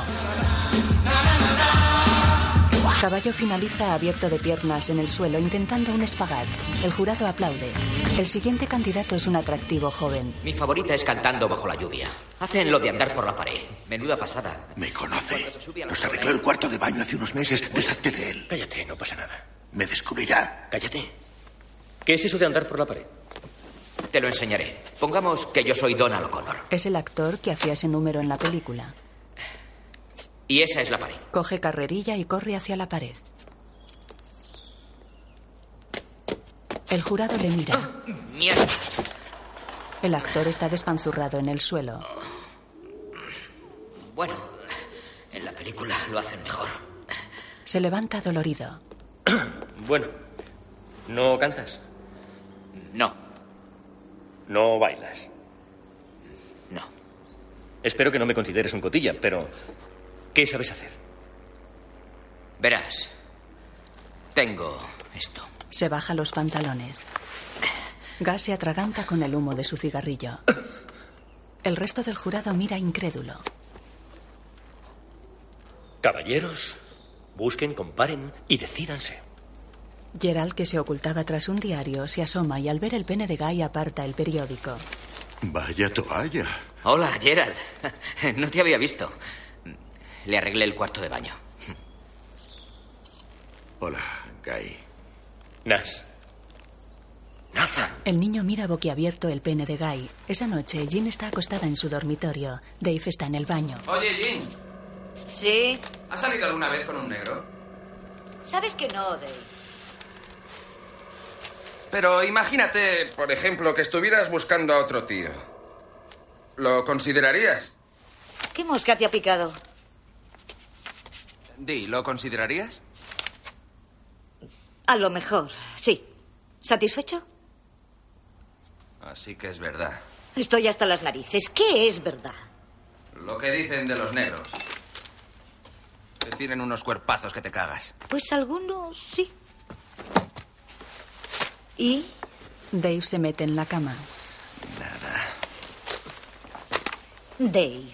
Speaker 2: Caballo finaliza abierto de piernas en el suelo intentando un espagat. El jurado aplaude. El siguiente candidato es un atractivo joven.
Speaker 17: Mi favorita es cantando bajo la lluvia. Hacen lo de andar por la pared. Menuda pasada.
Speaker 13: Me conoce. Nos arregló el cuarto de baño hace unos meses. Deshazte de él.
Speaker 7: Cállate, no pasa nada.
Speaker 13: Me descubrirá.
Speaker 7: Cállate. ¿Qué es eso de andar por la pared?
Speaker 17: Te lo enseñaré. Pongamos que yo soy Donald O'Connor.
Speaker 2: Es el actor que hacía ese número en la película.
Speaker 17: Y esa es la pared.
Speaker 2: Coge carrerilla y corre hacia la pared. El jurado le mira.
Speaker 17: Mierda.
Speaker 2: El actor está despanzurrado en el suelo.
Speaker 17: Bueno, en la película lo hacen mejor.
Speaker 2: Se levanta dolorido.
Speaker 7: Bueno, ¿no cantas?
Speaker 17: No.
Speaker 7: ¿No bailas?
Speaker 17: No.
Speaker 7: Espero que no me consideres un cotilla, pero ¿qué sabes hacer?
Speaker 17: Verás. Tengo esto.
Speaker 2: Se baja los pantalones. Gas se atraganta con el humo de su cigarrillo. El resto del jurado mira incrédulo.
Speaker 7: Caballeros, busquen, comparen y decídanse.
Speaker 2: Gerald, que se ocultaba tras un diario, se asoma y al ver el pene de Guy aparta el periódico.
Speaker 13: Vaya toalla.
Speaker 17: Hola, Gerald. [laughs] No te había visto. Le arreglé el cuarto de baño.
Speaker 13: Hola, Guy.
Speaker 7: Nas.
Speaker 2: El niño mira boquiabierto el pene de Guy. Esa noche, Jean está acostada en su dormitorio. Dave está en el baño.
Speaker 16: Oye, Jim. Sí.
Speaker 4: ¿Has salido alguna vez con un negro?
Speaker 16: Sabes que no, Dave.
Speaker 4: Pero imagínate, por ejemplo, que estuvieras buscando a otro tío. ¿Lo considerarías?
Speaker 16: ¿Qué mosca te ha picado?
Speaker 4: Di, ¿lo considerarías?
Speaker 16: A lo mejor, sí. ¿Satisfecho?
Speaker 4: Así que es verdad.
Speaker 16: Estoy hasta las narices. ¿Qué es verdad?
Speaker 18: Lo que dicen de los negros.
Speaker 4: Que tienen unos cuerpazos que te cagas.
Speaker 16: Pues algunos sí. ¿Y?
Speaker 2: Dave se mete en la cama.
Speaker 16: Dave,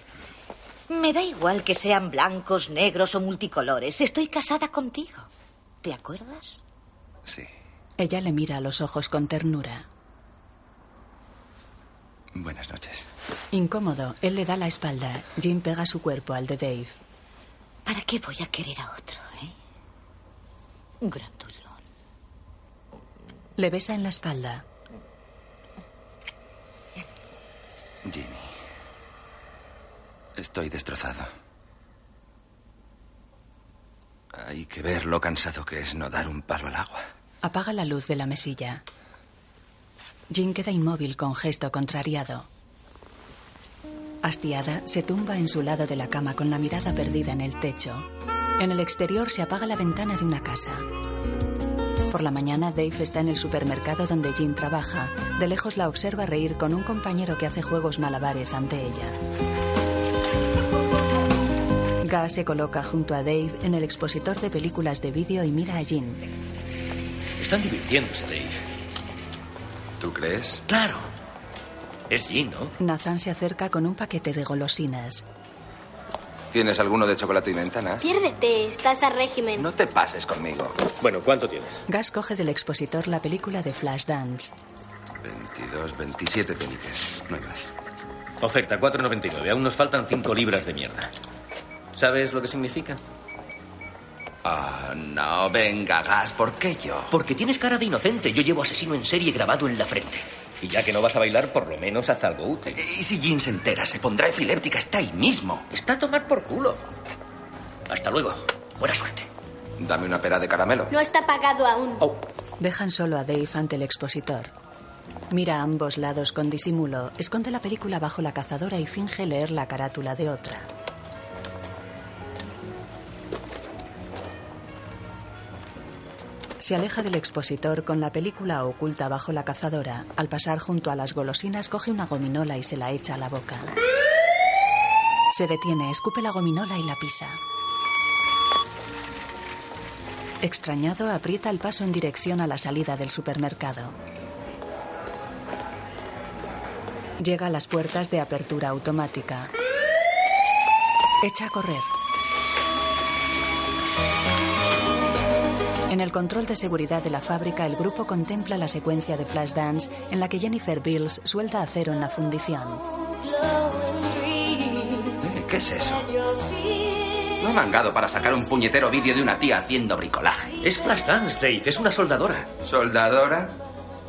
Speaker 16: me da igual que sean blancos, negros o multicolores. Estoy casada contigo. ¿Te acuerdas?
Speaker 2: Ella le mira a los ojos con ternura.
Speaker 4: Buenas noches.
Speaker 2: Incómodo, él le da la espalda. Jim pega su cuerpo al de Dave.
Speaker 16: ¿Para qué voy a querer a otro, eh? Gratuito.
Speaker 2: Le besa en la espalda.
Speaker 4: Jimmy. Estoy destrozado. Hay que ver lo cansado que es no dar un palo al agua.
Speaker 2: Apaga la luz de la mesilla. Jim queda inmóvil con gesto contrariado. Hastiada, se tumba en su lado de la cama con la mirada perdida en el techo. En el exterior se apaga la ventana de una casa. Por la mañana, Dave está en el supermercado donde Jim trabaja. De lejos la observa reír con un compañero que hace juegos malabares ante ella. Ga se coloca junto a Dave en el expositor de películas de vídeo y mira a Jim.
Speaker 5: Están divirtiéndose, Dave.
Speaker 4: ¿Tú crees?
Speaker 5: Claro. Es Jim, ¿no?
Speaker 2: Nathan se acerca con un paquete de golosinas.
Speaker 4: ¿Tienes alguno de chocolate y ventanas?
Speaker 6: Piérdete, estás a régimen.
Speaker 4: No te pases conmigo.
Speaker 5: Bueno, ¿cuánto tienes?
Speaker 2: Gas coge del expositor la película de Flashdance.
Speaker 4: 22, 27 peniques. Nuevas.
Speaker 5: Oferta 4.99. Aún nos faltan 5 libras de mierda. ¿Sabes lo que significa?
Speaker 4: Ah, no, venga, Gas, ¿por qué yo?
Speaker 7: Porque tienes cara de inocente. Yo llevo asesino en serie grabado en la frente. Y ya que no vas a bailar, por lo menos haz algo útil.
Speaker 18: Y si Jim se entera, se pondrá epiléptica. Está ahí mismo.
Speaker 7: Está a tomar por culo. Hasta luego. Buena suerte.
Speaker 4: Dame una pera de caramelo.
Speaker 6: No está pagado aún.
Speaker 2: Dejan solo a Dave ante el expositor. Mira a ambos lados con disimulo, esconde la película bajo la cazadora y finge leer la carátula de otra. Se aleja del expositor con la película oculta bajo la cazadora. Al pasar junto a las golosinas coge una gominola y se la echa a la boca. Se detiene, escupe la gominola y la pisa. Extrañado, aprieta el paso en dirección a la salida del supermercado. Llega a las puertas de apertura automática. Echa a correr. En el control de seguridad de la fábrica, el grupo contempla la secuencia de Flashdance en la que Jennifer Bills suelta acero en la fundición.
Speaker 4: Eh, ¿Qué es eso?
Speaker 18: No he mangado para sacar un puñetero vídeo de una tía haciendo bricolaje.
Speaker 7: Es Flashdance, Dave. Es una soldadora.
Speaker 4: ¿Soldadora?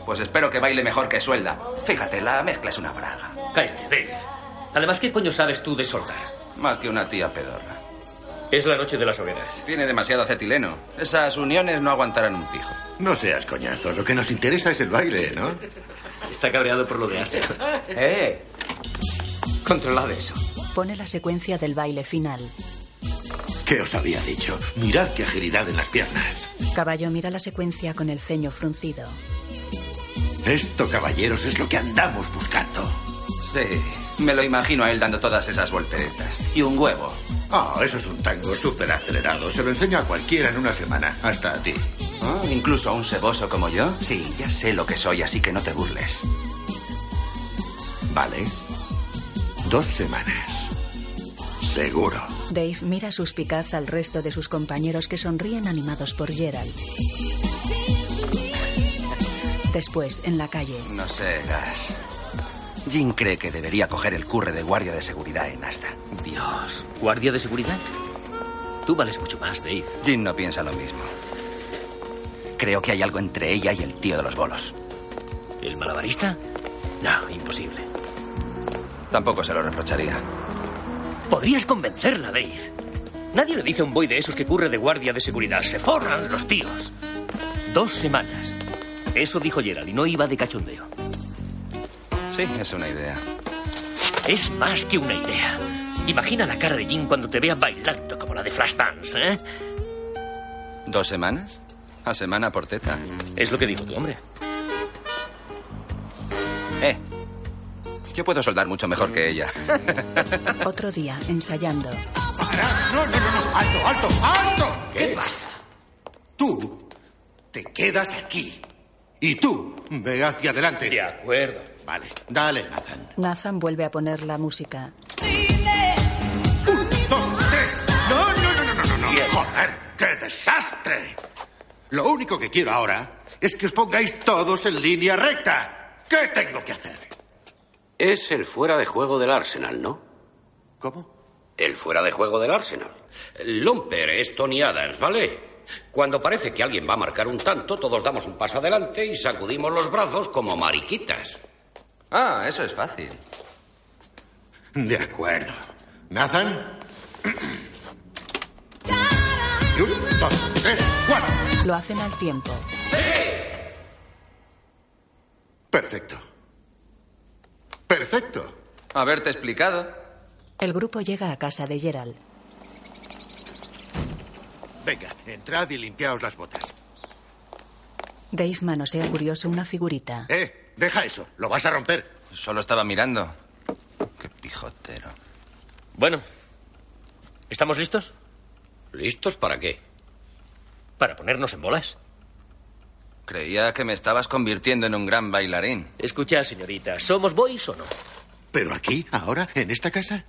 Speaker 4: Pues espero que baile mejor que suelda. Fíjate, la mezcla es una braga.
Speaker 7: Cállate, Dave. Además, ¿qué coño sabes tú de soldar?
Speaker 4: Más que una tía pedorra.
Speaker 5: Es la noche de las hogueras.
Speaker 4: Tiene demasiado acetileno. Esas uniones no aguantarán un pijo.
Speaker 19: No seas coñazo, lo que nos interesa es el baile, ¿no?
Speaker 5: Está cabreado por lo de Astor.
Speaker 4: ¡Eh! Controlad eso.
Speaker 2: Pone la secuencia del baile final.
Speaker 19: ¿Qué os había dicho? Mirad qué agilidad en las piernas.
Speaker 2: Caballo mira la secuencia con el ceño fruncido.
Speaker 19: Esto, caballeros, es lo que andamos buscando.
Speaker 4: Sí, me lo imagino a él dando todas esas volteretas. Y un huevo.
Speaker 19: Ah, eso es un tango súper acelerado. Se lo enseño a cualquiera en una semana, hasta a ti.
Speaker 4: Ah, ¿Incluso a un ceboso como yo? Sí, ya sé lo que soy, así que no te burles.
Speaker 19: Vale. Dos semanas. Seguro.
Speaker 2: Dave mira suspicaz al resto de sus compañeros que sonríen animados por Gerald. Después, en la calle,
Speaker 4: No sé, Gas. Jim cree que debería coger el curre de guardia de seguridad en Asta.
Speaker 5: Dios. ¿Guardia de seguridad? Tú vales mucho más, Dave.
Speaker 4: Jim no piensa lo mismo. Creo que hay algo entre ella y el tío de los bolos.
Speaker 5: ¿El malabarista? No, imposible.
Speaker 4: Tampoco Pues se lo reprocharía.
Speaker 7: Podrías convencerla, Dave. Nadie le dice a un boy de esos que curre de guardia de seguridad. Se forran los tíos. Dos semanas. Eso dijo Gerald y no iba de cachondeo.
Speaker 4: Sí, es una idea.
Speaker 7: Es más que una idea. Imagina la cara de Jim cuando te vea bailando como la de Flashdance, ¿eh?
Speaker 4: ¿Dos semanas? A semana por teta.
Speaker 7: Es lo que dijo tu hombre.
Speaker 4: Eh, Yo puedo soldar mucho mejor que ella.
Speaker 2: Otro día, ensayando.
Speaker 13: No, no, no, no. Alto, alto, alto.
Speaker 2: ¿Qué?
Speaker 13: pasa? ¿Eh? Tú te quedas aquí. Y tú ve hacia adelante. De
Speaker 4: acuerdo.
Speaker 13: Vale. Dale, Nathan.
Speaker 2: Nathan vuelve a poner la música.
Speaker 13: No, no, no, no, no, no, no. Joder, qué desastre. Lo único que quiero ahora es que os pongáis todos en línea recta. ¿Qué tengo que hacer?
Speaker 20: Es el fuera de juego del Arsenal, ¿no?
Speaker 13: ¿Cómo?
Speaker 20: El fuera de juego del Arsenal. Lumper es Tony Adams, ¿vale? Cuando parece que alguien va a marcar un tanto, todos damos un paso adelante y sacudimos los brazos como mariquitas.
Speaker 4: Ah, eso es fácil.
Speaker 13: De acuerdo. Nathan. Y un, dos, tres, cuatro.
Speaker 2: Lo hacen al tiempo.
Speaker 13: Perfecto. Perfecto.
Speaker 4: Haberte explicado.
Speaker 2: El grupo llega a casa de Gerald.
Speaker 13: Venga, entrad y limpiaos las botas.
Speaker 2: Dave manosea curioso una figurita.
Speaker 13: Eh, deja eso. Lo vas a romper.
Speaker 4: Solo estaba mirando. Qué pijotero.
Speaker 7: Bueno, ¿estamos listos?
Speaker 20: ¿Listos para qué?
Speaker 7: Para ponernos en bolas.
Speaker 4: Creía que me estabas convirtiendo en un gran bailarín.
Speaker 7: Escucha, señorita, ¿somos boys o no?
Speaker 13: ¿Pero aquí, ahora, en esta casa?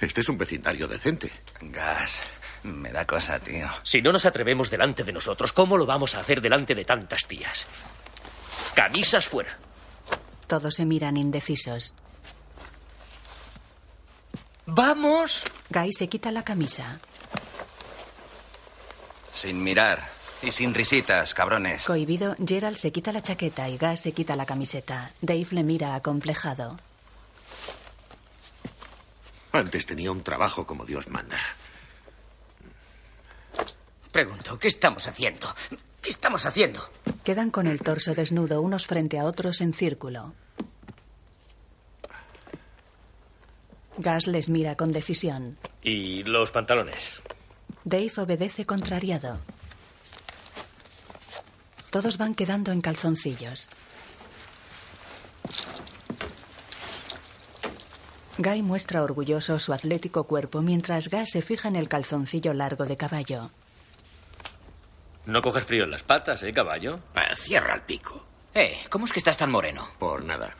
Speaker 13: Este es un vecindario decente.
Speaker 4: Gas, me da cosa, tío.
Speaker 7: Si no nos atrevemos delante de nosotros, ¿cómo lo vamos a hacer delante de tantas tías? Camisas fuera.
Speaker 2: Todos se miran indecisos.
Speaker 7: ¡Vamos!
Speaker 2: Guy se quita la camisa.
Speaker 4: Sin mirar y sin risitas, cabrones.
Speaker 2: Cohibido, Gerald se quita la chaqueta y Guy se quita la camiseta. Dave le mira acomplejado.
Speaker 13: Antes tenía un trabajo como Dios manda.
Speaker 4: Pregunto, ¿qué estamos haciendo? ¿Qué estamos haciendo?
Speaker 2: Quedan con el torso desnudo unos frente a otros en círculo. Gas les mira con decisión.
Speaker 7: Y los pantalones.
Speaker 2: Dave obedece contrariado. Todos van quedando en calzoncillos. Guy muestra orgulloso su atlético cuerpo mientras Gas se fija en el calzoncillo largo de caballo.
Speaker 7: No coges frío en las patas, ¿eh, caballo?
Speaker 20: cierra el pico.
Speaker 4: Eh, ¿cómo es que estás tan moreno?
Speaker 13: Por nada.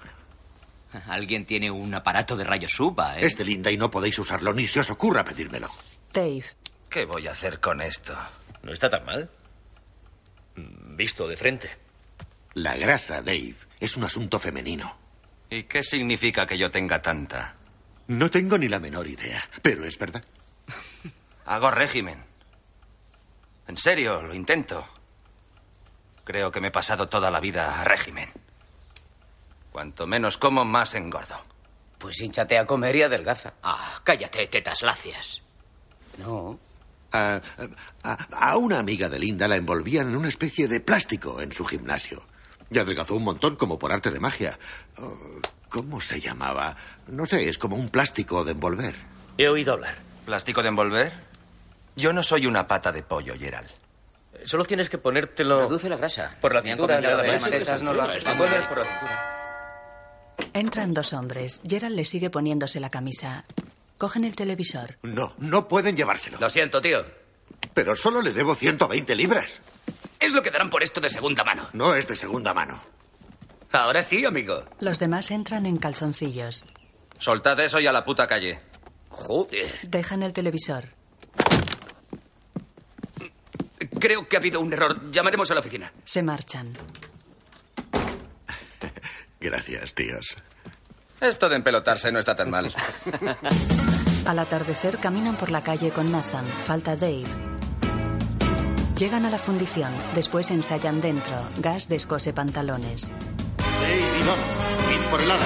Speaker 4: Alguien tiene un aparato de rayos UVA, ¿eh?
Speaker 13: Es de linda y no podéis usarlo, ni se os ocurra pedírmelo.
Speaker 2: Dave.
Speaker 4: ¿Qué voy a hacer con esto?
Speaker 7: No está tan mal. Mm, Visto de frente.
Speaker 13: La grasa, Dave, es un asunto femenino.
Speaker 4: ¿Y qué significa que yo tenga tanta?
Speaker 13: No tengo ni la menor idea, pero es verdad.
Speaker 4: Hago régimen. En serio, lo intento. Creo que me he pasado toda la vida a régimen. Cuanto menos como, más engordo.
Speaker 21: Pues hinchate a comer y adelgaza.
Speaker 4: Ah, cállate, tetas lacias.
Speaker 21: No.
Speaker 13: A, a- a una amiga de Linda la envolvían en una especie de plástico en su gimnasio. Y adelgazó un montón como por arte de magia. Oh, ¿Cómo se llamaba? No sé, es como un plástico de envolver.
Speaker 7: He oído hablar.
Speaker 4: ¿Plástico de envolver? Yo no soy una pata de pollo, Gerald.
Speaker 7: Eh, Solo tienes que ponértelo...
Speaker 21: Reduce la grasa.
Speaker 7: Por la
Speaker 21: Me han
Speaker 7: cintura,
Speaker 21: comentado
Speaker 7: nada
Speaker 21: que
Speaker 7: más.
Speaker 21: las tetas no lo hacen.
Speaker 7: Envuelve por la cintura.
Speaker 2: Entran dos hombres. Gerald le sigue poniéndose la camisa. Cogen el televisor.
Speaker 13: No, no pueden llevárselo.
Speaker 4: Lo siento, tío.
Speaker 13: Pero solo le debo 120 libras.
Speaker 4: Es lo que darán por esto de segunda mano.
Speaker 13: No es de segunda mano.
Speaker 4: Ahora sí, amigo.
Speaker 2: Los demás entran en calzoncillos.
Speaker 4: Soltad eso y a la puta calle. Joder.
Speaker 2: Dejan el televisor.
Speaker 4: Creo que ha habido un error. Llamaremos a la oficina.
Speaker 2: Se marchan.
Speaker 13: Gracias, tíos.
Speaker 4: Esto de empelotarse no está tan [laughs] mal.
Speaker 2: Al atardecer caminan por la calle con Nathan. Falta Dave. Llegan a la fundición. Después ensayan dentro. Gas descose pantalones.
Speaker 13: Dave, y vamos. Mil por el ala.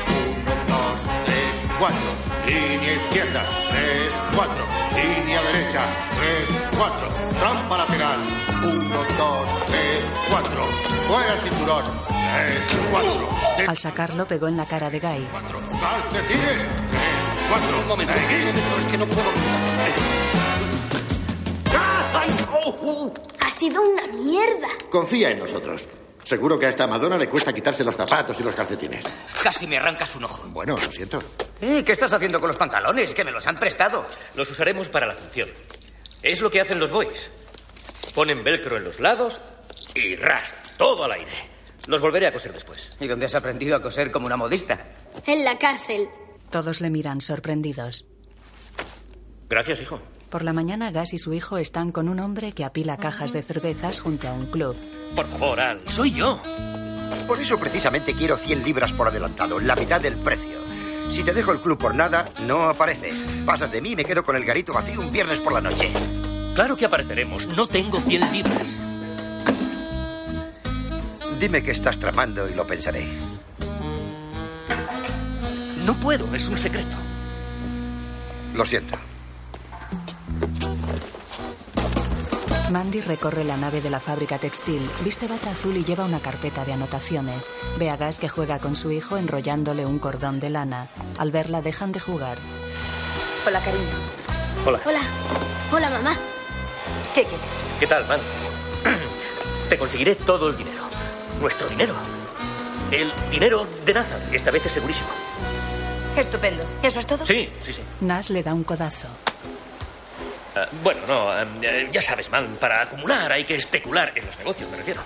Speaker 13: Uno, dos, tres, cuatro. Línea izquierda. Tres, cuatro. Línea derecha. Tres, cuatro. Trampa lateral. Uno, dos, tres, cuatro. Fuera el cinturón. Tres, cuatro.
Speaker 2: Al sacarlo pegó en la cara de Guy.
Speaker 13: Calcetines. Tres, cuatro. Un momento. Es que no puedo.
Speaker 12: Ha sido una mierda.
Speaker 13: Confía en nosotros.
Speaker 12: Seguro que hasta a Madonna le cuesta quitarse los zapatos y los calcetines.
Speaker 22: Casi me arrancas un ojo.
Speaker 12: Bueno, lo siento.
Speaker 22: Eh, ¿Qué estás haciendo con los pantalones? Que me los han prestado.
Speaker 7: Los usaremos para la función. Es lo que hacen los boys. Ponen velcro en los lados y ras, todo al aire. Los volveré a coser después.
Speaker 22: ¿Y dónde has aprendido a coser como una modista?
Speaker 6: En la cárcel.
Speaker 2: Todos le miran sorprendidos.
Speaker 7: Gracias, hijo.
Speaker 2: Por la mañana, Gas y su hijo están con un hombre que apila cajas de cervezas junto a un club.
Speaker 7: Por favor, Al. Soy yo.
Speaker 23: Por eso precisamente quiero 100 libras por adelantado, la mitad del precio. Si te dejo el club por nada, no apareces. Pasas de mí y me quedo con el garito vacío un viernes por la noche.
Speaker 7: Claro que apareceremos. No tengo 100 libras.
Speaker 23: Dime que estás tramando y lo pensaré.
Speaker 7: No puedo, es un secreto.
Speaker 23: Lo siento.
Speaker 2: Mandy recorre la nave de la fábrica textil, viste bata azul y lleva una carpeta de anotaciones. Ve a Gas que juega con su hijo enrollándole un cordón de lana. Al verla dejan de jugar.
Speaker 6: Hola, cariño.
Speaker 7: Hola.
Speaker 6: Hola. Hola, mamá. ¿Qué quieres?
Speaker 7: ¿Qué tal, man? [clears throat] Te conseguiré todo el dinero. Nuestro dinero. El dinero de Nathan. Esta vez es segurísimo.
Speaker 14: Estupendo. ¿Eso es todo?
Speaker 7: Sí, sí, sí.
Speaker 2: Nas le da un codazo.
Speaker 7: Ah, bueno, no. ah, ya sabes, man, para acumular hay que especular en los negocios, me refiero.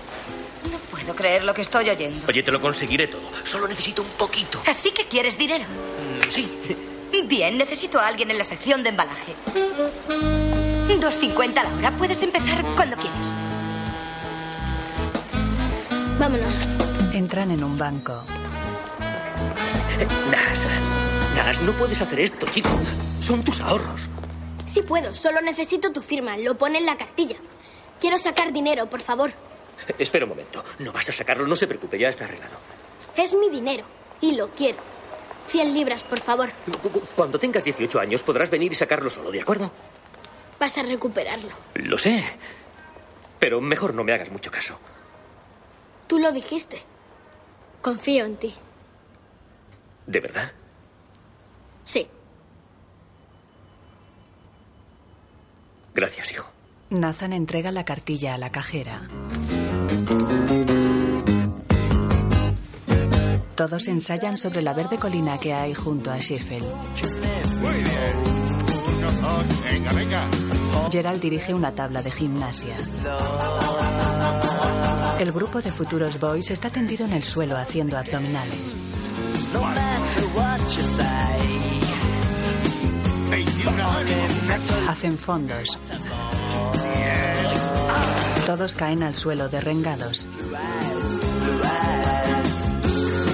Speaker 14: Puedo creer lo que estoy oyendo.
Speaker 7: Oye, te lo conseguiré todo. Solo necesito un poquito.
Speaker 14: Así que quieres dinero.
Speaker 8: Mm,
Speaker 7: Sí.
Speaker 14: Bien, necesito a alguien en la sección de embalaje. 2.50 la hora. Puedes empezar cuando quieras.
Speaker 6: Vámonos.
Speaker 2: Entran en un banco.
Speaker 7: Nas, Nas, no puedes hacer esto, chico. Son tus ahorros.
Speaker 6: Sí puedo, solo necesito tu firma. Lo pone en la cartilla. Quiero sacar dinero, por favor.
Speaker 7: Eh, Espera un momento. No vas a sacarlo, no se preocupe, ya está arreglado.
Speaker 6: Es mi dinero. Y lo quiero. 100 libras, por favor.
Speaker 7: Cu- cu- Cuando tengas 18 años podrás venir y sacarlo solo, ¿de acuerdo?
Speaker 6: Vas a recuperarlo.
Speaker 7: Lo sé. Pero mejor no me hagas mucho caso.
Speaker 6: Tú lo dijiste. Confío en ti.
Speaker 7: ¿De verdad?
Speaker 6: Sí.
Speaker 7: Gracias, hijo.
Speaker 2: Nathan entrega la cartilla a la cajera. Todos ensayan sobre la verde colina que hay junto a Sheffield.
Speaker 13: Muy bien. Uno, dos, venga, venga.
Speaker 2: Gerald dirige una tabla de gimnasia. El grupo de futuros boys está tendido en el suelo haciendo abdominales.
Speaker 13: 21 ánimos.
Speaker 2: Hacen fondos. Todos caen al suelo derrengados.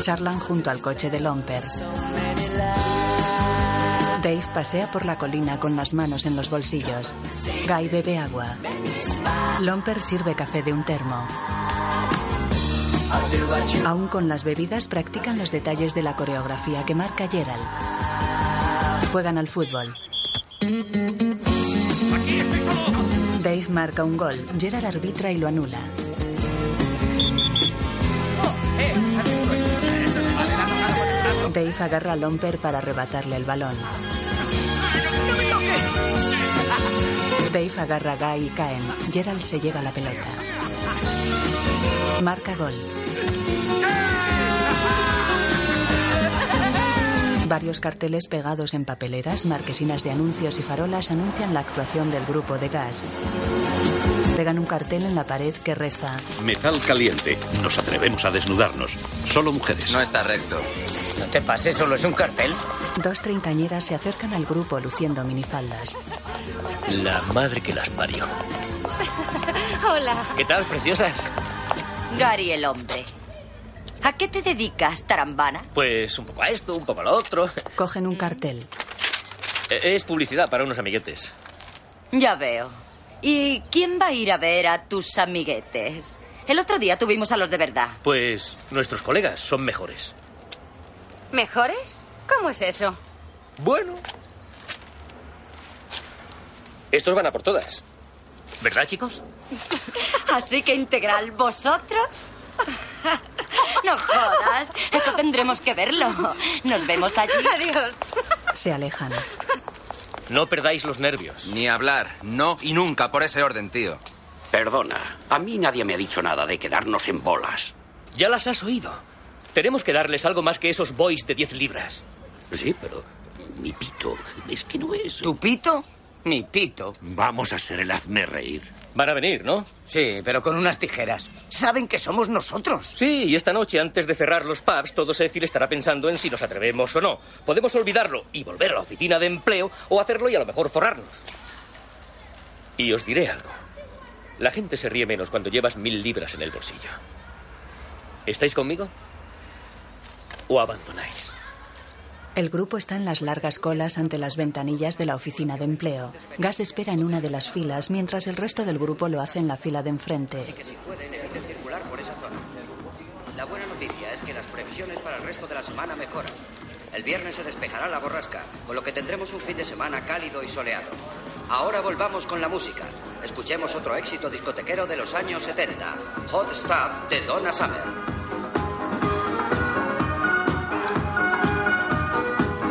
Speaker 2: Charlan junto al coche de Lomper. Dave pasea por la colina con las manos en los bolsillos. Guy bebe agua. Lomper sirve café de un termo. Aún con las bebidas practican los detalles de la coreografía que marca Gerald. Juegan al fútbol. Dave marca un gol, Gerald arbitra y lo anula. Dave agarra a Lomper para arrebatarle el balón. Dave agarra a Guy y caen. Gerald se lleva la pelota. Marca gol. Varios carteles pegados en papeleras, marquesinas de anuncios y farolas anuncian la actuación del grupo de gas. Pegan un cartel en la pared que reza.
Speaker 3: Metal caliente. Nos atrevemos a desnudarnos. Solo mujeres.
Speaker 18: No está recto.
Speaker 22: No te pases, solo es un cartel.
Speaker 2: Dos treintañeras se acercan al grupo luciendo minifaldas.
Speaker 7: La madre que las parió.
Speaker 16: Hola,
Speaker 7: ¿Qué tal, preciosas?
Speaker 16: Gary el hombre. ¿A qué te dedicas, tarambana?
Speaker 7: Pues un poco a esto, un poco a lo otro.
Speaker 2: Cogen un cartel.
Speaker 7: Eh, Es publicidad para unos amiguetes.
Speaker 16: Ya veo. ¿Y quién va a ir a ver a tus amiguetes? El otro día tuvimos a los de verdad.
Speaker 7: Pues nuestros colegas son mejores.
Speaker 14: ¿Mejores? ¿Cómo es eso?
Speaker 7: Bueno. Estos van a por todas. ¿Verdad, chicos?
Speaker 16: Así que integral, ¿vosotros? No jodas, eso tendremos que verlo. Nos vemos allí. Adiós.
Speaker 2: Se alejan.
Speaker 7: No perdáis los nervios.
Speaker 18: Ni hablar. No y nunca por ese orden, tío.
Speaker 7: Perdona, a mí nadie me ha dicho nada de quedarnos en bolas.
Speaker 24: Ya las has oído. Tenemos que darles algo más que esos boys de 10 libras.
Speaker 7: Sí, pero mi pito es que no es.
Speaker 25: ¿Tu pito? Mi pito.
Speaker 7: Vamos a hacer el hazme reír.
Speaker 24: Van a venir, ¿no?
Speaker 25: Sí, pero con unas tijeras. Saben que somos nosotros.
Speaker 24: Sí, y esta noche, antes de cerrar los pubs, todo Cecil estará pensando en si nos atrevemos o no. Podemos olvidarlo y volver a la oficina de empleo o hacerlo y a lo mejor forrarnos. Y os diré algo. La gente se ríe menos cuando llevas mil libras en el bolsillo. ¿Estáis conmigo? ¿O abandonáis?
Speaker 2: El grupo está en las largas colas ante las ventanillas de la oficina de empleo. Gas espera en una de las filas mientras el resto del grupo lo hace en la fila de enfrente.
Speaker 26: Así que si pueden, eviten circular por esa zona. La buena noticia es que las previsiones para el resto de la semana mejoran. El viernes se despejará la borrasca, con lo que tendremos un fin de semana cálido y soleado. Ahora volvamos con la música. Escuchemos otro éxito discotequero de los años 70, Hot Stuff de Donna Summer.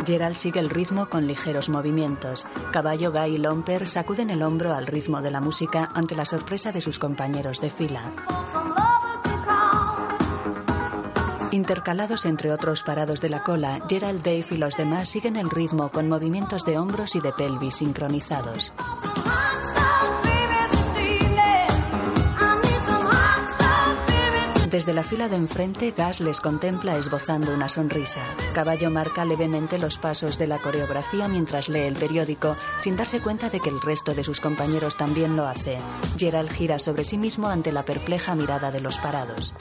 Speaker 2: Gerald sigue el ritmo con ligeros movimientos. Caballo, Guy y Lomper sacuden el hombro al ritmo de la música ante la sorpresa de sus compañeros de fila. Intercalados entre otros parados de la cola, Gerald, Dave y los demás siguen el ritmo con movimientos de hombros y de pelvis sincronizados. Desde la fila de enfrente, Gas les contempla esbozando una sonrisa. Caballo marca levemente los pasos de la coreografía mientras lee el periódico, sin darse cuenta de que el resto de sus compañeros también lo hace. Gerald gira sobre sí mismo ante la perpleja mirada de los parados.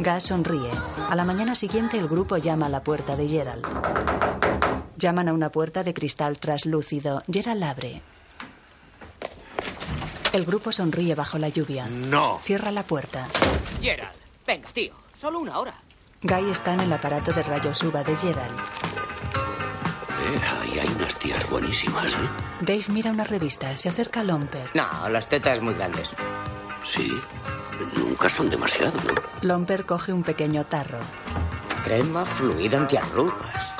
Speaker 2: Gas sonríe. A la mañana siguiente, el grupo llama a la puerta de Gerald. Llaman a una puerta de cristal traslúcido. Gerald abre. El grupo sonríe bajo la lluvia.
Speaker 27: No.
Speaker 2: Cierra la puerta.
Speaker 10: Gerald, venga, tío. Solo una hora.
Speaker 2: Guy está en el aparato de rayos UVA de Gerald.
Speaker 7: Eh, ahí hay unas tías buenísimas, ¿eh?
Speaker 2: Dave mira una revista, se acerca a Lomper.
Speaker 25: No, las tetas muy grandes.
Speaker 7: Sí. Nunca son demasiado, ¿no?
Speaker 2: Lomper coge un pequeño tarro.
Speaker 25: Crema fluida antiarrugas.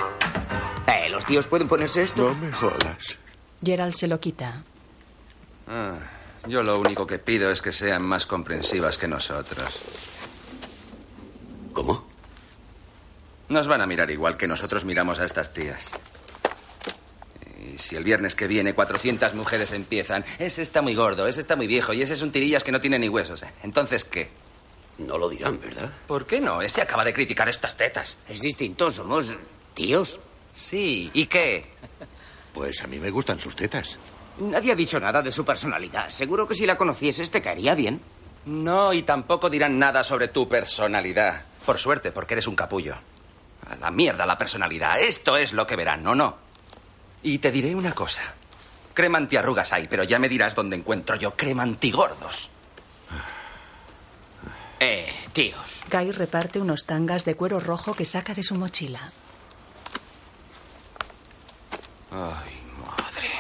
Speaker 25: Eh, los tíos pueden ponerse esto. No me jodas.
Speaker 2: Gerald se lo quita.
Speaker 4: Ah, yo lo único que pido es que sean más comprensivas que nosotros.
Speaker 7: ¿Cómo?
Speaker 4: Nos van a mirar igual que nosotros miramos a estas tías. Y si el viernes que viene 400 mujeres empiezan, ese está muy gordo, ese está muy viejo y ese es un tirillas que no tiene ni huesos, ¿eh? entonces ¿qué?
Speaker 7: No lo dirán, ¿verdad?
Speaker 4: ¿Por qué no? Ese acaba de criticar estas tetas.
Speaker 25: Es distinto, somos tíos.
Speaker 4: Sí, ¿y qué?
Speaker 13: Pues a mí me gustan sus tetas.
Speaker 25: Nadie ha dicho nada de su personalidad. Seguro que si la conocieses te caería bien.
Speaker 4: No, y tampoco dirán nada sobre tu personalidad. Por suerte, porque eres un capullo. A la mierda la personalidad. Esto es lo que verán, ¿o no? Y te diré una cosa. Crema antiarrugas hay, pero ya me dirás dónde encuentro yo crema antigordos.
Speaker 25: [sighs] Eh, tíos.
Speaker 2: Guy reparte unos tangas de cuero rojo que saca de su mochila.
Speaker 4: Ay, madre.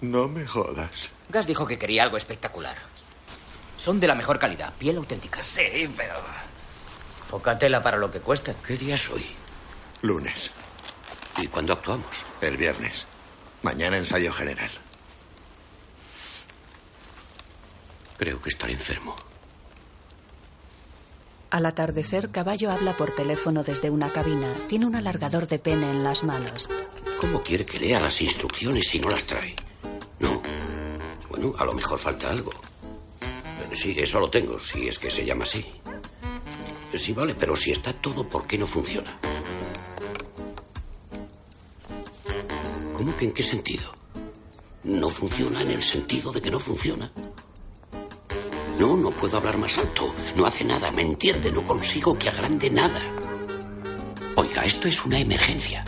Speaker 13: No me jodas.
Speaker 25: Gas dijo que quería algo espectacular. Son de la mejor calidad, piel auténtica.
Speaker 4: Sí, pero...
Speaker 25: Poca tela para lo que cuesta.
Speaker 7: ¿Qué día es hoy?
Speaker 13: Lunes.
Speaker 7: ¿Y cuándo actuamos?
Speaker 13: El viernes. Mañana ensayo general.
Speaker 7: Creo que estaré enfermo.
Speaker 2: Al atardecer, Caballo habla por teléfono desde una cabina. Tiene un alargador de pene en las manos.
Speaker 7: ¿Cómo quiere que lea las instrucciones si no las trae? No. Bueno, a lo mejor falta algo. Eh, Sí, eso lo tengo, si es que se llama así. Eh, Sí, vale, pero si está todo, ¿por qué no funciona? ¿Cómo que en qué sentido? No funciona en el sentido de que no funciona. No, no puedo hablar más alto. No hace nada, ¿me entiende? No consigo que agrande nada. Oiga, esto es una emergencia.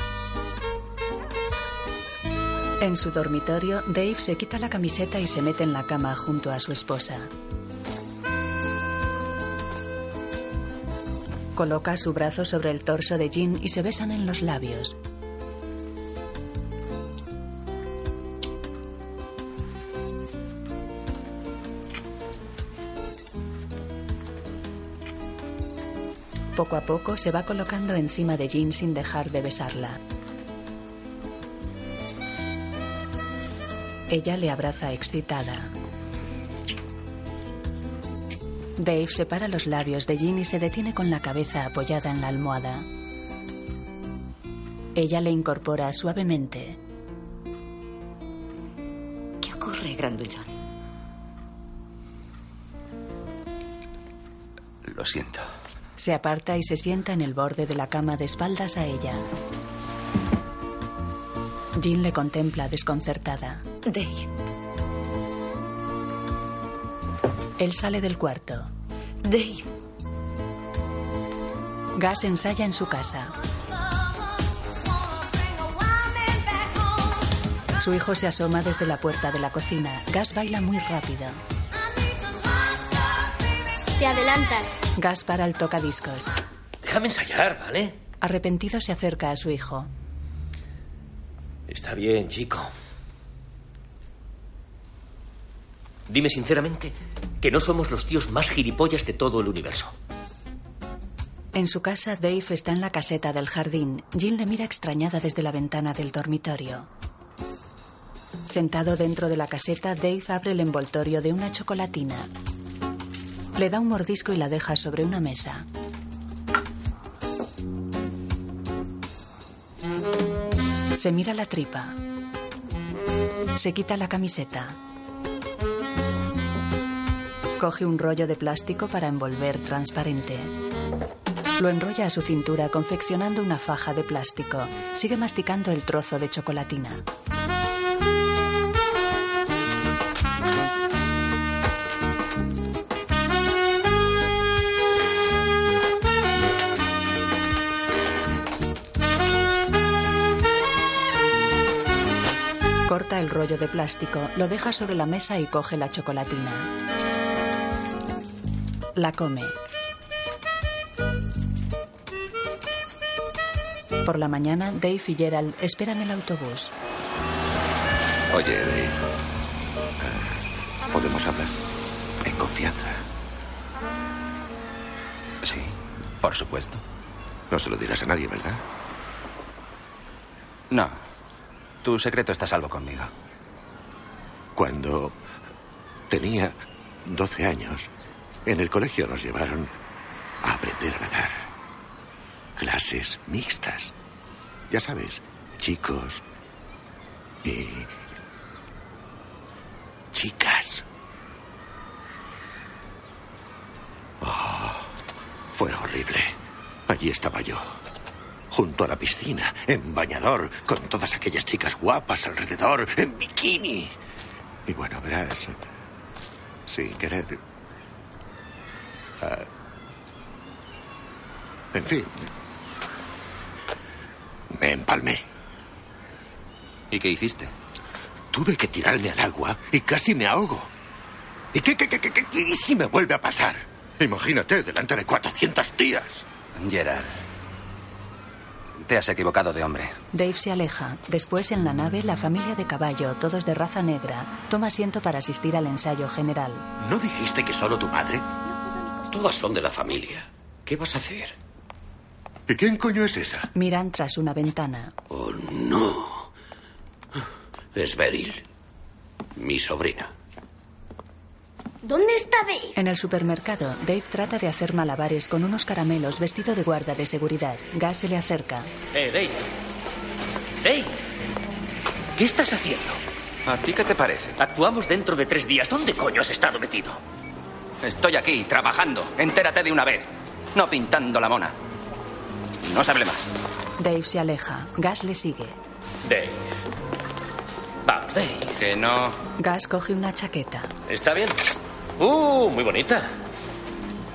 Speaker 2: En su dormitorio, Dave se quita la camiseta y se mete en la cama junto a su esposa. Coloca su brazo sobre el torso de Jean y se besan en los labios. Poco a poco se va colocando encima de Jean sin dejar de besarla. Ella le abraza excitada. Dave separa los labios de Jean y se detiene con la cabeza apoyada en la almohada. Ella le incorpora suavemente.
Speaker 16: ¿Qué ocurre, grandullón?
Speaker 4: Lo siento.
Speaker 2: Se aparta y se sienta en el borde de la cama de espaldas a ella. Jean le contempla desconcertada.
Speaker 16: Dave,
Speaker 2: Él sale del cuarto.
Speaker 16: Dave.
Speaker 2: Gas ensaya en su casa. Su hijo se asoma desde la puerta de la cocina. Gas baila muy rápido.
Speaker 6: Te adelantas.
Speaker 2: Gas para el tocadiscos.
Speaker 7: Déjame ensayar, ¿vale?
Speaker 2: Arrepentido se acerca a su hijo.
Speaker 7: Está bien, chico. Dime sinceramente que no somos los tíos más gilipollas de todo el universo.
Speaker 2: En su casa, Dave está en la caseta del jardín. Jill le mira extrañada desde la ventana del dormitorio. Sentado dentro de la caseta, Dave abre el envoltorio de una chocolatina. Le da un mordisco y la deja sobre una mesa. Se mira la tripa. Se quita la camiseta. Coge un rollo de plástico para envolver transparente. Lo enrolla a su cintura confeccionando una faja de plástico. Sigue masticando el trozo de chocolatina. Corta el rollo de plástico, lo deja sobre la mesa y coge la chocolatina. La come. Por la mañana, Dave y Gerald esperan el autobús.
Speaker 13: Oye, Dave. eh, ¿Podemos hablar? En confianza.
Speaker 4: Sí, por supuesto.
Speaker 13: No se lo dirás a nadie, ¿verdad?
Speaker 4: No. Tu secreto está a salvo conmigo.
Speaker 13: Cuando tenía 12 años, en el colegio nos llevaron a aprender a nadar. Clases mixtas. Ya sabes, chicos y chicas. Oh, fue horrible. Allí estaba yo, junto a la piscina, en bañador, con todas aquellas chicas guapas alrededor, en bikini. Y bueno, verás, sin querer. ah, en fin. Me empalmé.
Speaker 4: ¿Y qué hiciste?
Speaker 13: Tuve que tirarme al agua y casi me ahogo. ¿Y qué, qué, qué, qué, qué- y si me vuelve a pasar? Imagínate, delante de 400 tías.
Speaker 4: Gerard. Te has equivocado de hombre.
Speaker 2: Dave se aleja. Después, en la nave, la familia de caballo, todos de raza negra, toma asiento para asistir al ensayo general.
Speaker 13: ¿No dijiste que solo tu madre?
Speaker 28: Todas son de la familia. ¿Qué vas a hacer?
Speaker 13: ¿Y quién coño es esa?
Speaker 2: Miran tras una ventana.
Speaker 28: Oh, no. Es Beryl. Mi sobrina.
Speaker 6: ¿Dónde está Dave?
Speaker 2: En el supermercado, Dave trata de hacer malabares con unos caramelos vestido de guarda de seguridad. Gas se le acerca.
Speaker 7: Eh, Dave. Dave. ¿Qué estás haciendo?
Speaker 4: ¿A ti qué te parece?
Speaker 7: Actuamos dentro de tres días. ¿Dónde coño has estado metido?
Speaker 4: Estoy aquí, trabajando. Entérate de una vez. No pintando la mona. No se hable más.
Speaker 2: Dave se aleja. Gas le sigue.
Speaker 7: Dave. Vamos, Dave.
Speaker 4: Que no.
Speaker 2: Gas coge una chaqueta.
Speaker 7: ¿Está bien? ¡Uh! Muy bonita.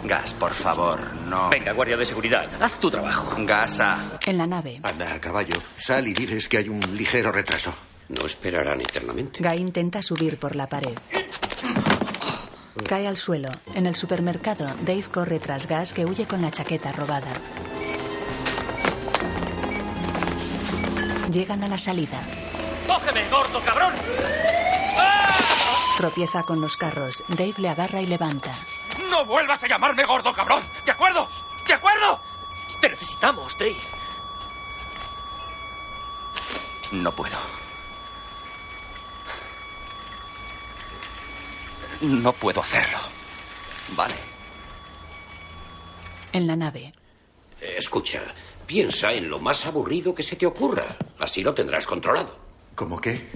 Speaker 4: Gas, por favor, no.
Speaker 7: Venga, guardia de seguridad. Haz tu trabajo.
Speaker 4: Gasa.
Speaker 2: En la nave,
Speaker 13: Anda, caballo, sal y diles que hay un ligero retraso.
Speaker 28: No esperarán eternamente.
Speaker 2: Guy intenta subir por la pared. Cae al suelo. En el supermercado, Dave corre tras Gas que huye con la chaqueta robada. Llegan a la salida.
Speaker 7: ¡Cógeme, gordo cabrón! ¡Ah!
Speaker 2: Tropieza con los carros. Dave le agarra y levanta.
Speaker 7: ¡No vuelvas a llamarme gordo cabrón! ¿De acuerdo? ¿De acuerdo? Te necesitamos, Dave.
Speaker 4: No puedo. No puedo hacerlo. Vale.
Speaker 2: En la nave.
Speaker 4: Escucha, piensa en lo más aburrido que se te ocurra. Así lo tendrás controlado.
Speaker 13: ¿Cómo qué?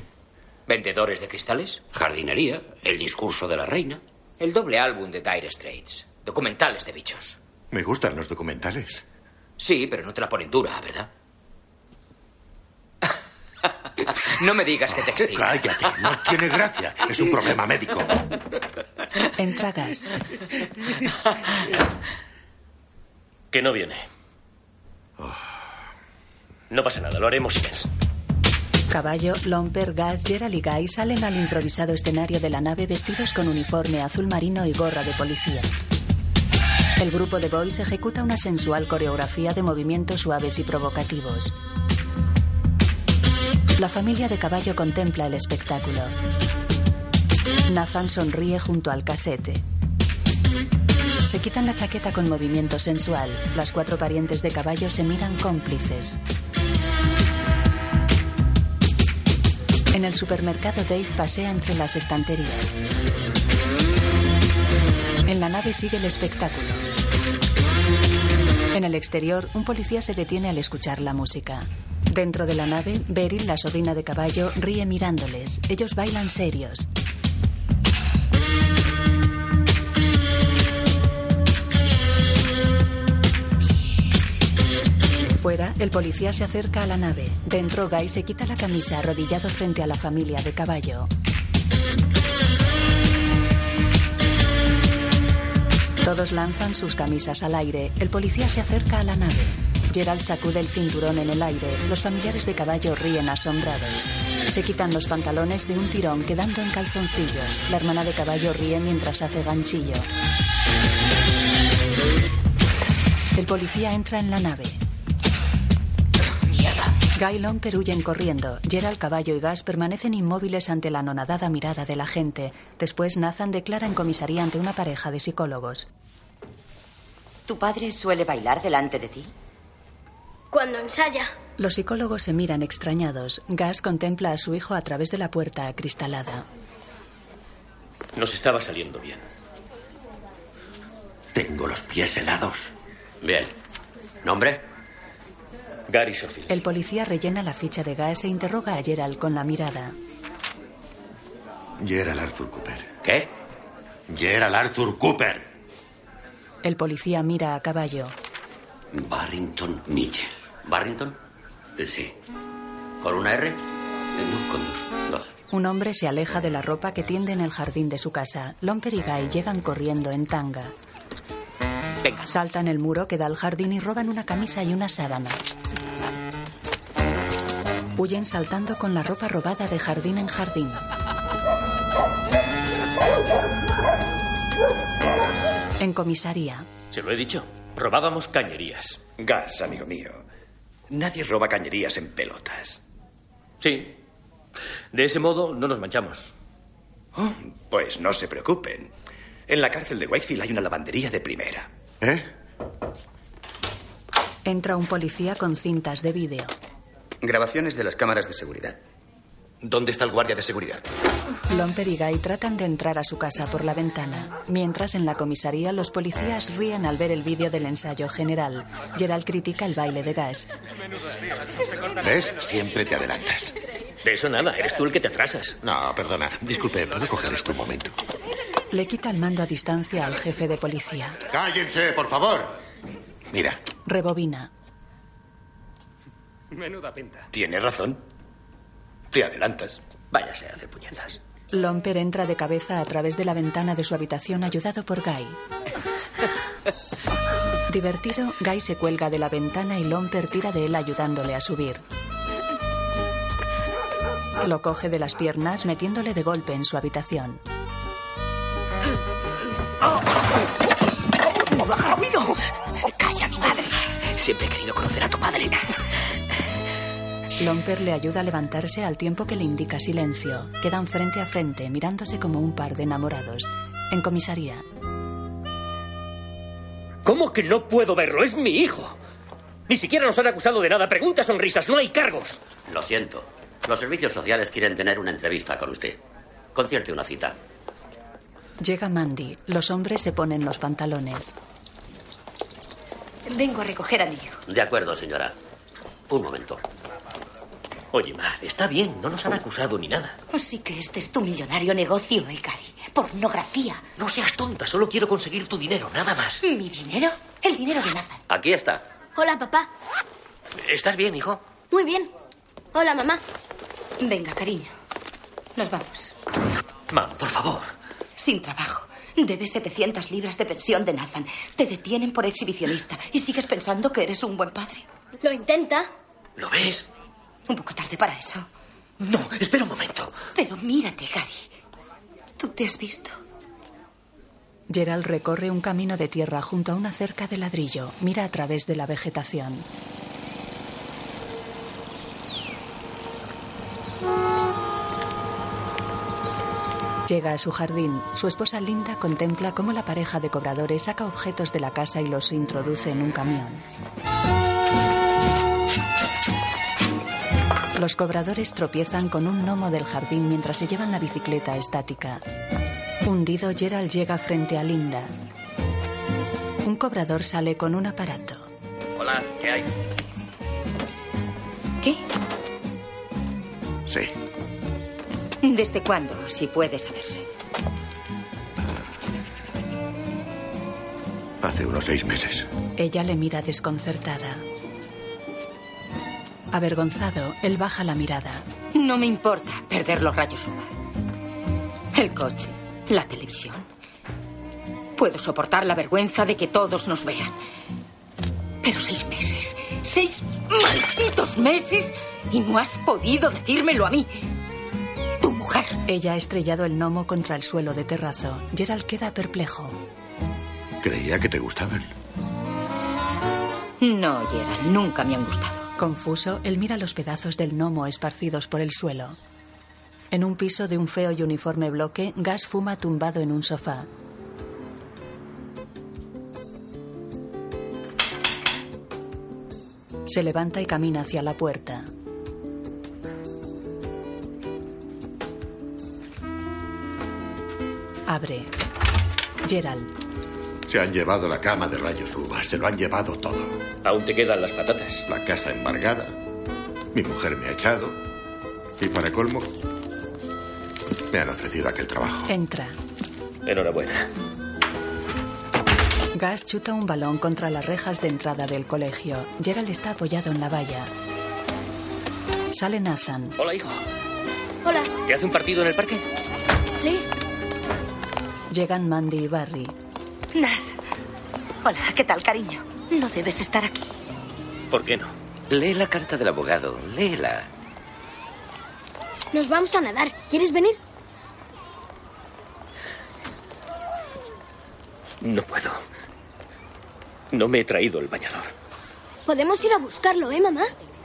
Speaker 4: ¿Vendedores de cristales? Jardinería, el discurso de la reina. El doble álbum de Dire Straits.
Speaker 29: Documentales de bichos.
Speaker 13: Me gustan los documentales.
Speaker 29: Sí, pero no te la ponen dura, ¿verdad? no me digas que te excitas.
Speaker 13: Cállate, no tiene gracia. Es un problema médico.
Speaker 2: Entra Gas.
Speaker 7: Que no viene.
Speaker 13: Ah.
Speaker 7: No pasa nada, lo haremos sin él.
Speaker 2: Caballo, Lomper, Gas, Gerald y Guy salen al improvisado escenario de la nave vestidos con uniforme azul marino y gorra de policía. El grupo de boys ejecuta una sensual coreografía de movimientos suaves y provocativos. La familia de caballo contempla el espectáculo. Nathan sonríe junto al casete. Se quitan la chaqueta con movimiento sensual. Las cuatro parientes de caballo se miran cómplices. En el supermercado Dave pasea entre las estanterías. En la nave sigue el espectáculo. En el exterior, un policía se detiene al escuchar la música. Dentro de la nave, Beryl, la sobrina de caballo, ríe mirándoles. Ellos bailan serios. Fuera, el policía se acerca a la nave. Dentro, Guy se quita la camisa arrodillado frente a la familia de caballo. Todos lanzan sus camisas al aire. El policía se acerca a la nave. Gerald sacude el cinturón en el aire. Los familiares de caballo ríen asombrados. Se quitan los pantalones de un tirón quedando en calzoncillos. La hermana de caballo ríe mientras hace ganchillo. El policía entra en la nave. Guy y Lomper huyen corriendo. Gerald, Caballo y Gas permanecen inmóviles ante la anonadada mirada de la gente. Después, Nathan declara en comisaría ante una pareja de psicólogos.
Speaker 30: ¿Tu padre suele bailar delante de ti?
Speaker 31: Cuando ensaya.
Speaker 2: Los psicólogos se miran extrañados. Gas contempla a su hijo a través de la puerta acristalada.
Speaker 7: Nos estaba saliendo bien.
Speaker 13: Tengo los pies helados.
Speaker 4: Bien. ¿Nombre?
Speaker 7: Gary Sophie.
Speaker 2: El policía rellena la ficha de Gas e interroga a Gerald con la mirada.
Speaker 13: Gerald Arthur Cooper.
Speaker 4: ¿Qué?
Speaker 13: Gerald Arthur Cooper.
Speaker 2: El policía mira a caballo.
Speaker 4: Barrington Mitchell. ¿Barrington? Eh, Sí. ¿Con una R? Eh, No, con dos. Dos.
Speaker 2: Un hombre se aleja de la ropa que tiende en el jardín de su casa. Lomper y Guy llegan corriendo en tanga. Saltan el muro que da al jardín y roban una camisa y una sábana. Huyen saltando con la ropa robada de jardín en jardín. En comisaría,
Speaker 7: Se lo he dicho. Robábamos cañerías.
Speaker 12: Gas, amigo mío. Nadie roba cañerías en pelotas.
Speaker 7: Sí. De ese modo no nos manchamos.
Speaker 12: Pues no se preocupen. En la cárcel de Wakefield hay una lavandería de primera.
Speaker 2: entra un policía con cintas de vídeo.
Speaker 12: Grabaciones de las cámaras de seguridad. ¿Dónde está el guardia de seguridad?
Speaker 2: Lomper y Guy tratan de entrar a su casa por la ventana. Mientras en la comisaría los policías ríen al ver el vídeo del ensayo general. Gerald critica el baile de Gas.
Speaker 13: ¿Ves? Siempre te adelantas.
Speaker 7: De eso nada, eres tú el que te atrasas.
Speaker 13: No, perdona. Disculpe, ¿puedo coger esto un momento?
Speaker 2: Le quita el mando a distancia al jefe de policía.
Speaker 13: ¡Cállense, por favor! Mira,
Speaker 2: Rebobina.
Speaker 7: Menuda pinta.
Speaker 12: Tiene razón. Te adelantas.
Speaker 7: Váyase a hacer puñetas.
Speaker 2: Lomper entra de cabeza a través de la ventana de su habitación ayudado por Guy. Divertido, Guy se cuelga de la ventana y Lomper tira de él ayudándole a subir. Lo coge de las piernas metiéndole de golpe en su habitación.
Speaker 16: ¡Hola, Jaramillo! ¡Calla, mi madre! Siempre he querido conocer a tu madre.
Speaker 2: Lomper le ayuda a levantarse al tiempo que le indica silencio. Quedan frente a frente, mirándose como un par de enamorados. En comisaría,
Speaker 7: ¿Cómo que no puedo verlo? Es mi hijo. Ni siquiera nos han acusado de nada. Pregunta sonrisas, no hay cargos.
Speaker 32: Lo siento. Los servicios sociales quieren tener una entrevista con usted. Concierte una cita.
Speaker 2: llega Mandy. Los hombres se ponen los pantalones.
Speaker 14: Vengo a recoger a mi hijo.
Speaker 8: De acuerdo, señora. Un momento. Oye, Mar, está bien, no nos han acusado ni nada.
Speaker 14: Así que este es tu millonario negocio, Ikari. Pornografía.
Speaker 8: No seas tonta, solo quiero conseguir tu dinero, nada más.
Speaker 14: ¿Mi dinero? El dinero de Nathan.
Speaker 8: Aquí está.
Speaker 6: Hola, papá.
Speaker 8: ¿Estás bien, hijo?
Speaker 6: Muy bien. Hola, mamá.
Speaker 14: Venga, cariño. Nos vamos.
Speaker 8: Mam, por favor.
Speaker 14: Sin trabajo. Debes 700 libras de pensión de Nathan. Te detienen por exhibicionista y sigues pensando que eres un buen padre.
Speaker 6: Lo intenta.
Speaker 8: ¿Lo ves?
Speaker 14: Un poco tarde para eso.
Speaker 8: No, espera un momento.
Speaker 14: Pero mírate, Gary. Tú te has visto.
Speaker 2: Gerald recorre un camino de tierra junto a una cerca de ladrillo. Mira a través de la vegetación. Llega a su jardín. Su esposa Linda contempla cómo la pareja de cobradores saca objetos de la casa y los introduce en un camión. Los cobradores tropiezan con un gnomo del jardín mientras se llevan la bicicleta estática. Hundido, Gerald llega frente a Linda. Un cobrador sale con un aparato.
Speaker 8: Hola, ¿qué hay?
Speaker 14: ¿Qué?
Speaker 19: Sí.
Speaker 10: ¿Desde cuándo, si puede saberse?
Speaker 19: Hace unos seis meses.
Speaker 2: Ella le mira desconcertada. Avergonzado, él baja la mirada.
Speaker 10: No me importa perder los rayos UVA. El coche, la televisión. Puedo soportar la vergüenza de que todos nos vean. Pero seis meses, seis malditos meses, y no has podido decírmelo a mí.
Speaker 2: ¡Tu mujer! Ella ha estrellado el gnomo contra el suelo de terrazo. Gerald queda perplejo.
Speaker 19: Creía que te gustaban.
Speaker 10: No, Gerald, nunca me han gustado.
Speaker 2: Confuso, él mira los pedazos del gnomo esparcidos por el suelo. En un piso de un feo y uniforme bloque, Gas fuma tumbado en un sofá. Se levanta y camina hacia la puerta. Abre. Gerald.
Speaker 19: Se han llevado la cama de rayos uvas, se lo han llevado todo.
Speaker 7: Aún te quedan las patatas.
Speaker 19: La casa embargada, mi mujer me ha echado y para colmo me han ofrecido aquel trabajo.
Speaker 2: entra.
Speaker 7: Enhorabuena.
Speaker 2: Gas chuta un balón contra las rejas de entrada del colegio. Gerald está apoyado en la valla. Sale Nathan.
Speaker 7: Hola, hijo.
Speaker 6: Hola.
Speaker 7: ¿Te hace un partido en el parque?
Speaker 6: Sí.
Speaker 2: Llegan Mandy y Barry.
Speaker 14: Nas. Hola, ¿qué tal, cariño? No debes estar aquí.
Speaker 7: ¿Por qué no?
Speaker 8: Lee la carta del abogado, léela.
Speaker 6: Nos vamos a nadar. ¿Quieres venir?
Speaker 7: No puedo. No me he traído el bañador.
Speaker 6: Podemos ir a buscarlo, ¿eh, mamá?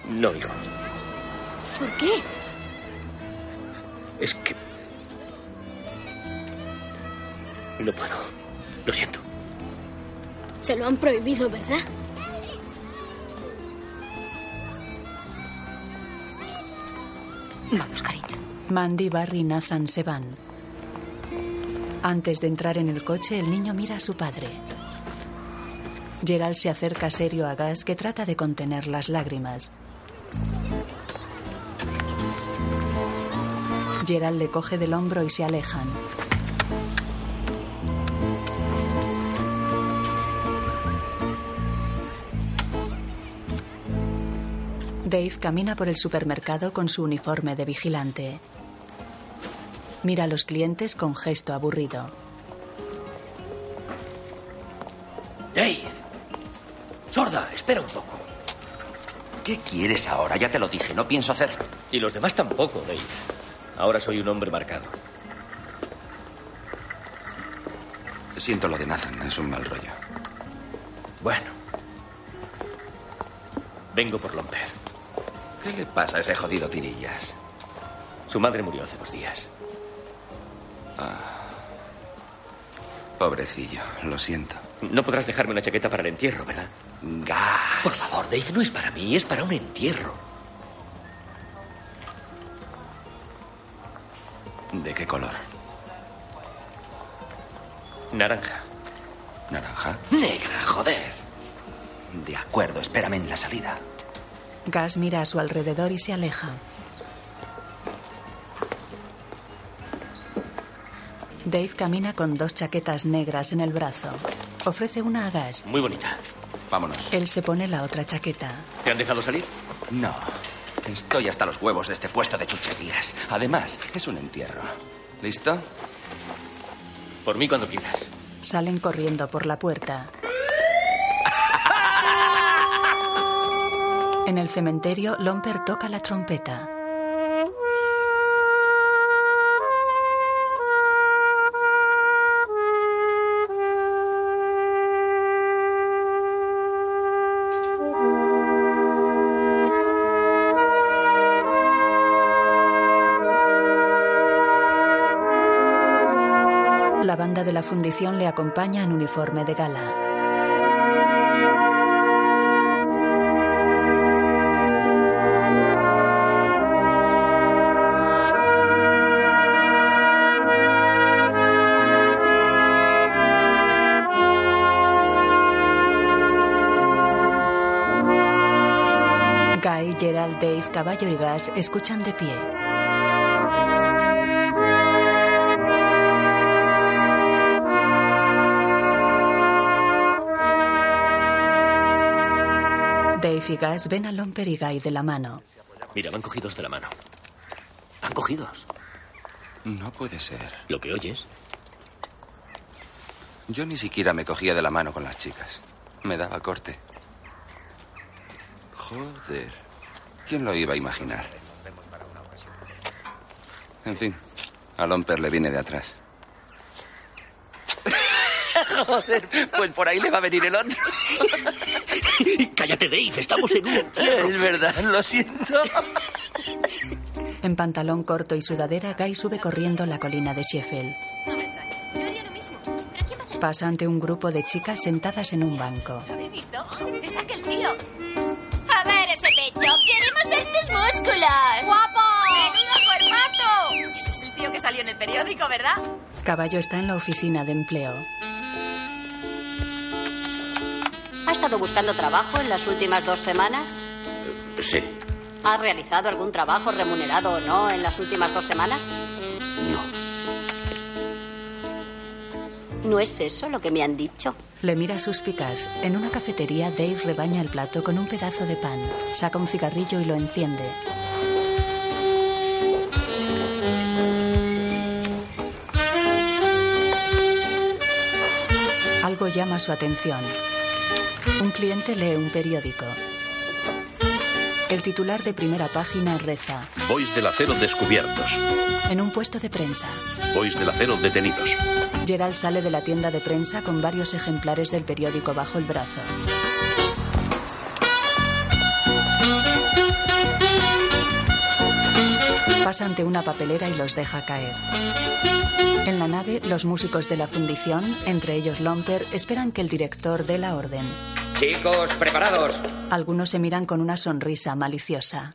Speaker 7: No, hijo.
Speaker 6: ¿Por qué?
Speaker 7: Es que... No puedo. Lo siento.
Speaker 6: Se lo han prohibido, ¿verdad?
Speaker 14: Vamos, cariño.
Speaker 2: Mandy, Barry y Nathan se van. Antes de entrar en el coche, el niño mira a su padre. Gerald se acerca serio a Gas, que trata de contener las lágrimas. Gerald le coge del hombro y se alejan. Dave camina por el supermercado con su uniforme de vigilante. Mira a los clientes con gesto aburrido.
Speaker 7: Dave. Sorda, espera un poco.
Speaker 18: ¿Qué quieres ahora? Ya te lo dije, no pienso hacerlo.
Speaker 7: Y los demás tampoco, Dave. Ahora soy un hombre marcado.
Speaker 18: Siento lo de Nathan, es un mal rollo.
Speaker 7: Bueno. Vengo por Lomper.
Speaker 18: ¿Qué le pasa a ese jodido tirillas?
Speaker 7: Su madre murió hace dos días.
Speaker 4: Ah.
Speaker 18: Pobrecillo, lo siento.
Speaker 7: No podrás dejarme una chaqueta para el entierro, ¿verdad?
Speaker 18: Gas.
Speaker 7: Por favor, Dave, no es para mí, es para un entierro.
Speaker 18: ¿De qué color?
Speaker 7: Naranja.
Speaker 18: ¿Naranja?
Speaker 7: Negra, joder.
Speaker 33: De acuerdo, espérame en la salida.
Speaker 2: Gas mira a su alrededor y se aleja. Dave camina con dos chaquetas negras en el brazo. Ofrece una a Gas.
Speaker 7: Muy bonita.
Speaker 4: Vámonos.
Speaker 2: Él se pone la otra chaqueta.
Speaker 4: ¿Te han dejado salir?
Speaker 33: No.
Speaker 4: Estoy hasta los huevos de este puesto de chucherías. Además, es un entierro. ¿Listo?
Speaker 7: Por mí cuando quieras.
Speaker 2: Salen corriendo por la puerta. En el cementerio, Lomper toca la trompeta. La banda de la fundición le acompaña en uniforme de gala. Guy, Gerald, Dave, Caballo y Gas escuchan de pie. Dave y Gas ven a Lomper y Guy de la mano.
Speaker 7: Mira, van cogidos de la mano. Van [laughs] cogidos.
Speaker 4: No puede ser.
Speaker 7: ¿Lo que oyes?
Speaker 4: Yo ni siquiera me cogía de la mano con las chicas. Me daba corte. Joder. ¿Quién lo iba a imaginar? En fin, a Lomper le viene de atrás.
Speaker 33: Joder, pues por ahí le va a venir el
Speaker 7: [laughs]
Speaker 33: otro.
Speaker 34: Cállate, Dave, estamos en un...
Speaker 33: Es verdad, lo siento.
Speaker 2: En pantalón corto y sudadera, Guy sube corriendo la colina de Sheffield. Pasa ante un grupo de chicas sentadas en un banco.
Speaker 16: ¿Lo habéis visto? ¡Es aquel tío! A ver ese pecho. Queremos ver tus músculos. ¡Guapo! ¡Menudo cuerpazo! Ese es el tío que salió en el periódico, ¿verdad?
Speaker 2: Caballo está en la oficina de empleo.
Speaker 14: ¿Ha estado buscando trabajo en las últimas dos semanas?
Speaker 35: Sí,
Speaker 14: ¿Ha realizado algún trabajo remunerado o no en las últimas dos semanas? No. ¿No es eso lo que me han dicho?
Speaker 2: Le mira suspicaz. En una cafetería, Dave rebaña el plato con un pedazo de pan. Saca un cigarrillo y lo enciende. Algo llama su atención. Un cliente lee un periódico. El titular de primera página reza.
Speaker 3: Boys del acero descubiertos.
Speaker 2: En un puesto de prensa,
Speaker 3: Boys del acero detenidos.
Speaker 2: Gerald sale de la tienda de prensa con varios ejemplares del periódico bajo el brazo. Pasa ante una papelera y los deja caer. En la nave, los músicos de la fundición, entre ellos Lomper, esperan que el director dé la orden.
Speaker 12: Chicos, preparados.
Speaker 2: Algunos se miran con una sonrisa maliciosa.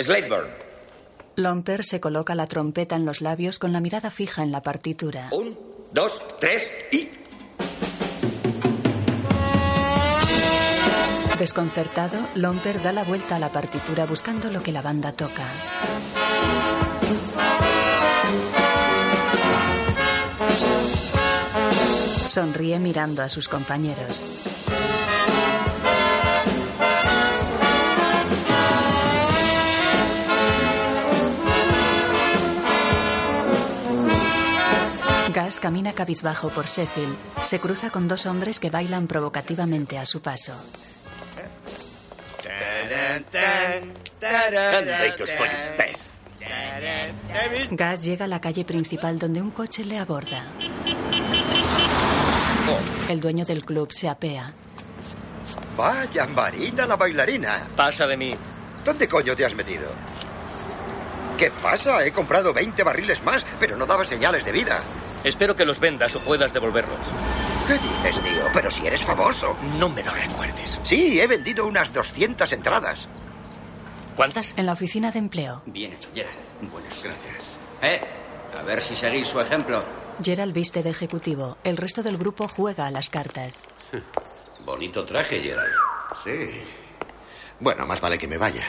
Speaker 12: Sladeburn,
Speaker 2: Lomper se coloca la trompeta en los labios con la mirada fija en la partitura.
Speaker 12: dos, tres y.
Speaker 2: Desconcertado, Lomper da la vuelta a la partitura buscando lo que la banda toca. Sonríe mirando a sus compañeros. Gas camina cabizbajo por Sheffield. Se cruza con dos hombres que bailan provocativamente a su paso.
Speaker 12: Anda y que os follen.
Speaker 2: Gas llega a la calle principal donde un coche le aborda. El dueño del club se apea.
Speaker 13: Vaya Marina, la bailarina.
Speaker 7: Pasa de mí.
Speaker 13: ¿Dónde coño te has metido? ¿Qué pasa? He comprado 20 barriles más, pero no daba señales de vida.
Speaker 7: Espero que los vendas o puedas devolverlos.
Speaker 13: ¿Qué dices, tío? Pero si eres famoso.
Speaker 7: No me lo recuerdes.
Speaker 13: Sí, he vendido unas 200 entradas.
Speaker 7: ¿Cuántas?
Speaker 2: En la oficina de empleo,
Speaker 12: Bien hecho, Gerald. Buenas gracias. Eh, a ver si seguís su ejemplo.
Speaker 2: Gerald viste de ejecutivo. El resto del grupo juega a las cartas.
Speaker 36: Bonito traje, Gerald.
Speaker 13: Sí. Bueno, más vale que me vaya.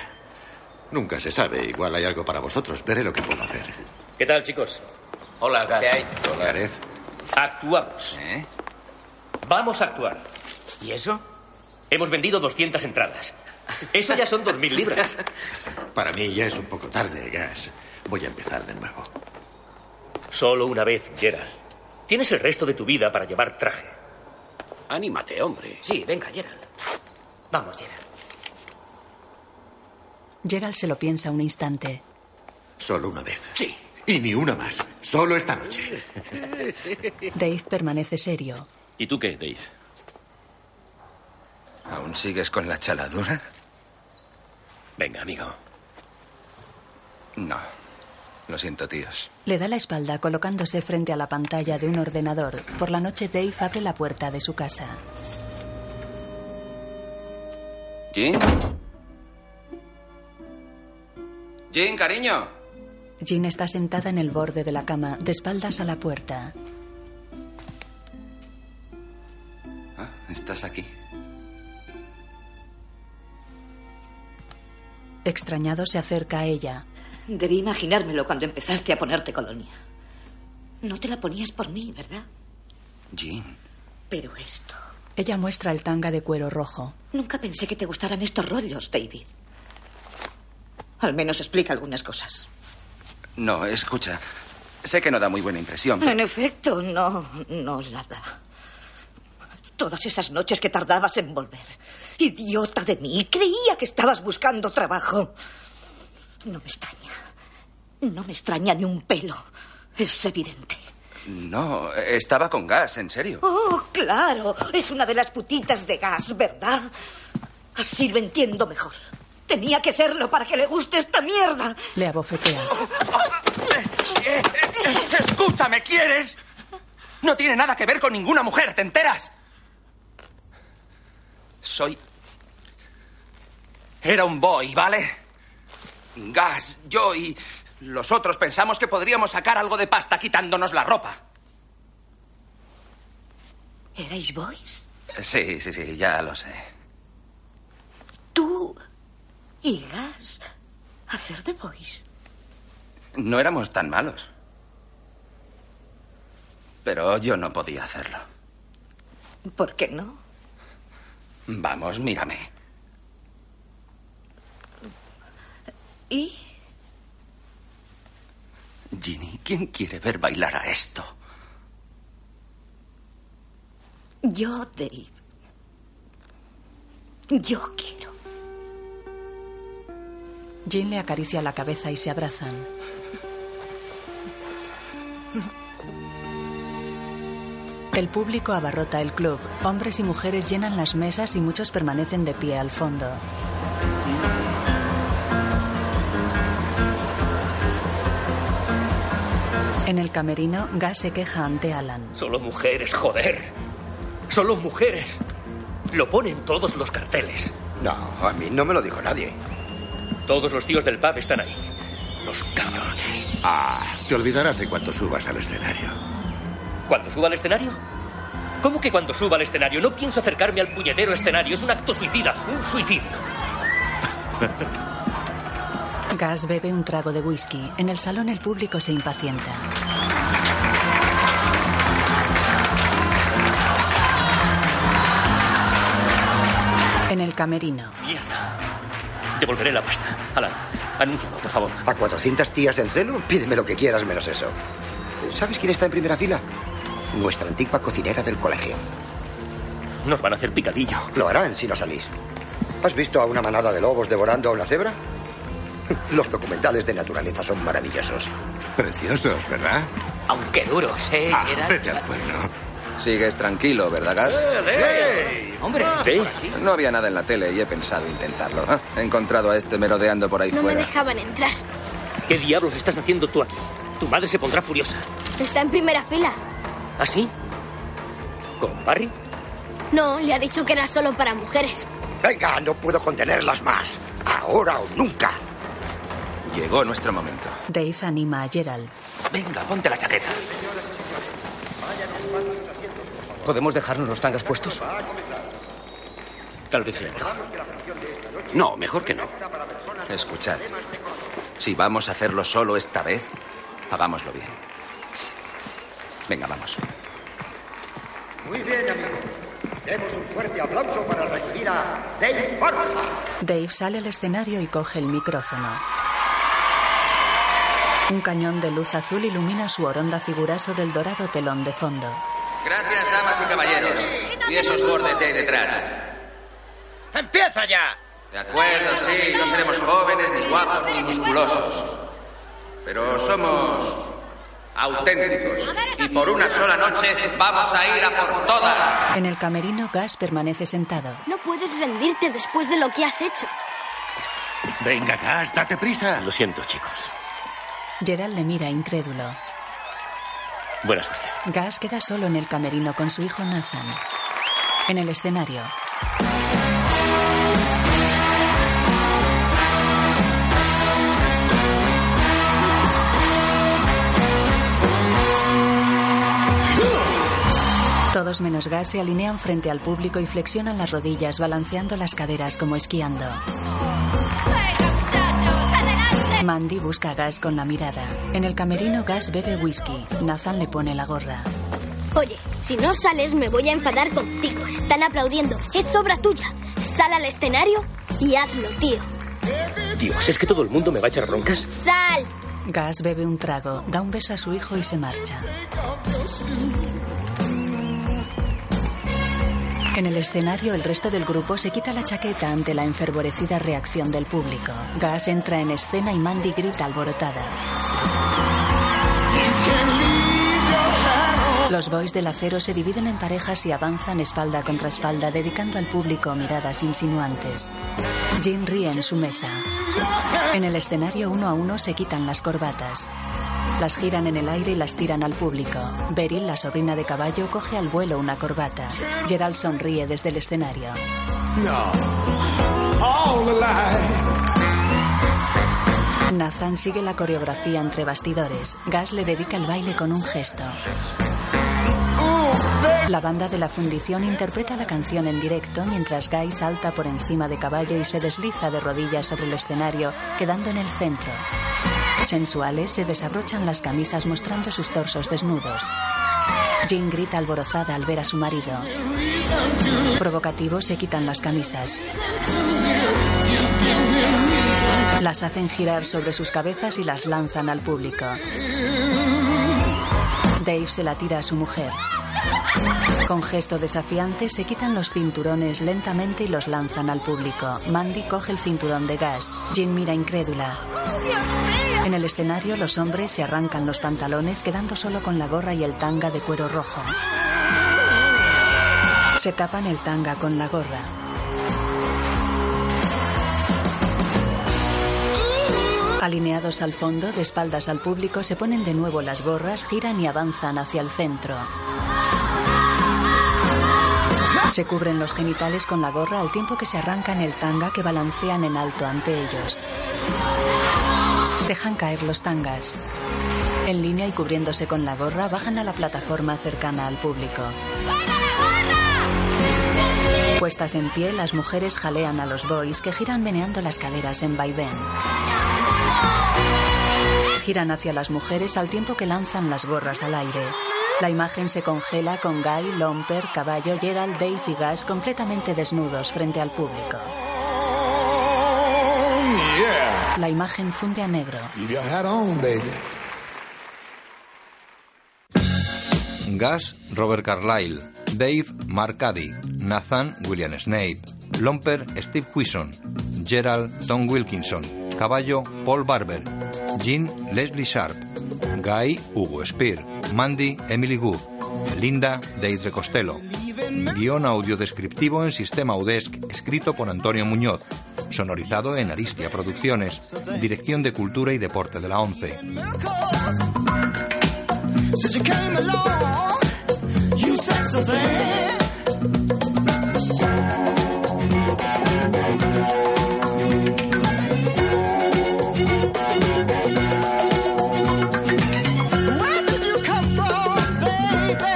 Speaker 13: Nunca se sabe. Igual hay algo para vosotros. Veré lo que puedo hacer.
Speaker 7: ¿Qué tal, chicos?
Speaker 4: Hola, Gas.
Speaker 7: ¿Qué hay?
Speaker 13: Gareth.
Speaker 7: Actuamos.
Speaker 13: ¿Eh?
Speaker 7: Vamos a actuar. ¿Y eso? Hemos vendido 200 entradas. Eso ya son 2.000 libras.
Speaker 13: [laughs] Para mí ya es un poco tarde, Gas. Voy a empezar de nuevo.
Speaker 7: Solo una vez, Gerald. Tienes el resto de tu vida para llevar traje.
Speaker 36: Anímate, hombre.
Speaker 7: Sí, venga, Gerald. Vamos, Gerald.
Speaker 2: Gerald se lo piensa un instante.
Speaker 13: Solo una vez. Sí. Y ni una más. Solo esta noche.
Speaker 2: Dave permanece serio.
Speaker 7: ¿Y tú qué, Dave?
Speaker 4: ¿Aún sigues con la chaladura?
Speaker 7: Venga, amigo.
Speaker 4: No. Lo siento, tíos.
Speaker 2: Le da la espalda colocándose frente a la pantalla de un ordenador. Por la noche Dave abre la puerta de su casa.
Speaker 4: ¿Jin? ¿Jin, cariño?
Speaker 2: Jean está sentada en el borde de la cama, de espaldas a la puerta.
Speaker 4: Ah, estás aquí.
Speaker 2: Extrañado se acerca a ella.
Speaker 16: Debí imaginármelo cuando empezaste a ponerte colonia. No te la ponías por mí, ¿verdad?
Speaker 4: Jean.
Speaker 16: Pero esto.
Speaker 2: Ella muestra el tanga de cuero rojo.
Speaker 16: Nunca pensé que te gustaran estos rollos, David. Al menos explica algunas cosas.
Speaker 4: No, escucha. Sé que no da muy buena impresión. pero-
Speaker 16: En efecto, no, no la da. Todas esas noches que tardabas en volver. Idiota de mí, creía que estabas buscando trabajo. No me extraña. No me extraña ni un pelo. Es evidente.
Speaker 4: No, estaba con gas, en serio.
Speaker 16: Oh, claro. Es una de las putitas de gas, ¿verdad? Así lo entiendo mejor. Tenía que serlo para que le guste esta mierda.
Speaker 2: Le abofetea.
Speaker 4: Escúchame, ¿quieres? No tiene nada que ver con ninguna mujer, ¿te enteras? Soy... Era un boy, ¿vale? Gas, yo y los otros pensamos que podríamos sacar algo de pasta quitándonos la ropa.
Speaker 16: ¿Erais boys?
Speaker 4: Sí, sí, sí, ya lo sé.
Speaker 16: ¿Tú y Gas a hacer de boys?
Speaker 4: No éramos tan malos. Pero yo no podía hacerlo.
Speaker 16: ¿Por qué no?
Speaker 4: Vamos, mírame.
Speaker 16: ¿Y?
Speaker 4: Ginny, ¿quién quiere ver bailar a esto?
Speaker 16: Yo, Dave. Yo quiero.
Speaker 2: Jean le acaricia la cabeza y se abrazan. El público abarrota el club. Hombres y mujeres llenan las mesas y muchos permanecen de pie al fondo. En el camerino, Gas se queja ante Alan.
Speaker 7: Solo mujeres, joder. Solo mujeres. Lo ponen todos los carteles.
Speaker 37: No, a mí no me lo dijo nadie.
Speaker 7: Todos los tíos del pub están ahí. Los cabrones.
Speaker 13: Ah, te olvidarás de cuando subas al escenario.
Speaker 7: ¿Cuando suba al escenario? ¿Cómo que cuando suba al escenario? No pienso acercarme al puñetero escenario. Es un acto suicida.
Speaker 37: [laughs]
Speaker 7: Un suicidio.
Speaker 2: Gas bebe un trago de whisky. En el salón el público se impacienta. En el camerino,
Speaker 7: Mierda. Devolveré la pasta. Alan, anúncialo, por favor.
Speaker 37: ¿A 400 tías en celo? Pídeme lo que quieras menos eso. ¿Sabes quién está en primera fila? Nuestra antigua cocinera del colegio.
Speaker 7: Nos van a hacer picadillo.
Speaker 37: Lo harán si no salís. ¿Has visto a una manada de lobos devorando a una cebra? [laughs] Los documentales de naturaleza son maravillosos.
Speaker 13: Preciosos, ¿verdad?
Speaker 12: Aunque duros, ¿eh?
Speaker 13: Ah,
Speaker 12: Gerald?
Speaker 13: vete al cuerno.
Speaker 4: Sigues tranquilo, ¿verdad, Gas?
Speaker 7: Eh,
Speaker 12: Hombre,
Speaker 4: No había nada en la tele y he pensado intentarlo. Ah, he encontrado a este merodeando por ahí
Speaker 6: No me
Speaker 4: fuera.
Speaker 6: dejaban entrar.
Speaker 7: ¿Qué diablos estás haciendo tú aquí? Tu madre se pondrá furiosa.
Speaker 6: Está en primera fila.
Speaker 7: ¿Ah, sí? ¿Con Barry?
Speaker 6: No, le ha dicho que era solo para mujeres.
Speaker 37: Venga, no puedo contenerlas más. Ahora o nunca.
Speaker 4: Llegó nuestro momento.
Speaker 2: Dave anima a Gerald.
Speaker 4: Venga, ponte la chaqueta.
Speaker 38: ¿Podemos dejarnos los tangas puestos?
Speaker 39: Tal vez sea mejor.
Speaker 4: No, mejor que no. Escuchad. Si vamos a hacerlo solo esta vez, hagámoslo bien. Venga, vamos.
Speaker 13: Muy bien, amigos. Demos un fuerte aplauso para recibir a Dave Barba.
Speaker 2: Dave sale al escenario y coge el micrófono. Un cañón de luz azul ilumina su oronda figura sobre el dorado telón de fondo.
Speaker 7: Gracias, damas y caballeros. Y esos bordes de ahí detrás.
Speaker 40: ¡Empieza ya!
Speaker 7: De acuerdo, sí, no seremos jóvenes, ni guapos, ni musculosos. Pero somos auténticos. Y por una sola noche vamos a ir a por todas.
Speaker 2: En el camerino, Gas permanece sentado.
Speaker 6: No puedes rendirte después de lo que has hecho.
Speaker 41: Venga, Gas, date prisa.
Speaker 39: Lo siento, chicos.
Speaker 2: Gerald le mira incrédulo.
Speaker 39: Buena suerte.
Speaker 2: Gas queda solo en el camerino con su hijo Nathan. En el escenario, todos menos Gas se alinean frente al público y flexionan las rodillas, balanceando las caderas como esquiando. Mandy busca a Gas con la mirada. En el camerino, Gas bebe whisky. Nathan le pone la gorra.
Speaker 6: Oye, si no sales me voy a enfadar contigo. Están aplaudiendo. Es obra tuya. Sal al escenario y hazlo, tío.
Speaker 42: Dios, ¿es que todo el mundo me va a echar broncas?
Speaker 6: ¡Sal!
Speaker 2: Gas bebe un trago, da un beso a su hijo y se marcha. En el escenario, el resto del grupo se quita la chaqueta ante la enfervorecida reacción del público. Gas entra en escena y Mandy grita alborotada. Los boys del acero se dividen en parejas y avanzan espalda contra espalda, dedicando al público miradas insinuantes. Jim ríe en su mesa. En el escenario, uno a uno se quitan las corbatas. Las giran en el aire y las tiran al público. Beryl, la sobrina de caballo, coge al vuelo una corbata. Gerald sonríe desde el escenario.
Speaker 12: No. All alive.
Speaker 2: Nathan sigue la coreografía entre bastidores. Gas le dedica el baile con un gesto. La banda de la fundición interpreta la canción en directo mientras Guy salta por encima de caballo y se desliza de rodillas sobre el escenario, quedando en el centro. Sensuales se desabrochan las camisas mostrando sus torsos desnudos. Jean grita alborozada al ver a su marido. Provocativos se quitan las camisas. Las hacen girar sobre sus cabezas y las lanzan al público. Dave se la tira a su mujer. Con gesto desafiante se quitan los cinturones lentamente y los lanzan al público. Mandy coge el cinturón de gas. Jean mira incrédula. En el escenario los hombres se arrancan los pantalones quedando solo con la gorra y el tanga de cuero rojo. Se tapan el tanga con la gorra. Alineados al fondo, de espaldas al público, se ponen de nuevo las gorras, giran y avanzan hacia el centro. Se cubren los genitales con la gorra al tiempo que se arrancan el tanga que balancean en alto ante ellos. Dejan caer los tangas. En línea y cubriéndose con la gorra, bajan a la plataforma cercana al público. Puestas en pie, las mujeres jalean a los boys que giran meneando las caderas en vaivén. Giran hacia las mujeres al tiempo que lanzan las gorras al aire. La imagen se congela con Guy, Lomper, Caballo, Gerald, Dave y Gas completamente desnudos frente al público. La imagen funde a negro.
Speaker 12: Leave your hat on, baby.
Speaker 1: Gas, Robert Carlyle. Dave, Mark Cady. Nathan, William Snape. Lomper, Steve Whison. Gerald, Tom Wilkinson. Caballo, Paul Barber. Jean, Leslie Sharp. Guy, Hugo Spear. Mandy, Emily Good. Linda, Deidre Costello. Guión audiodescriptivo en sistema UDESC, escrito por Antonio Muñoz. Sonorizado en Aristia Producciones. Dirección de Cultura y Deporte de la ONCE.
Speaker 12: Since you came along, you sexy thing. Where did you come from, baby?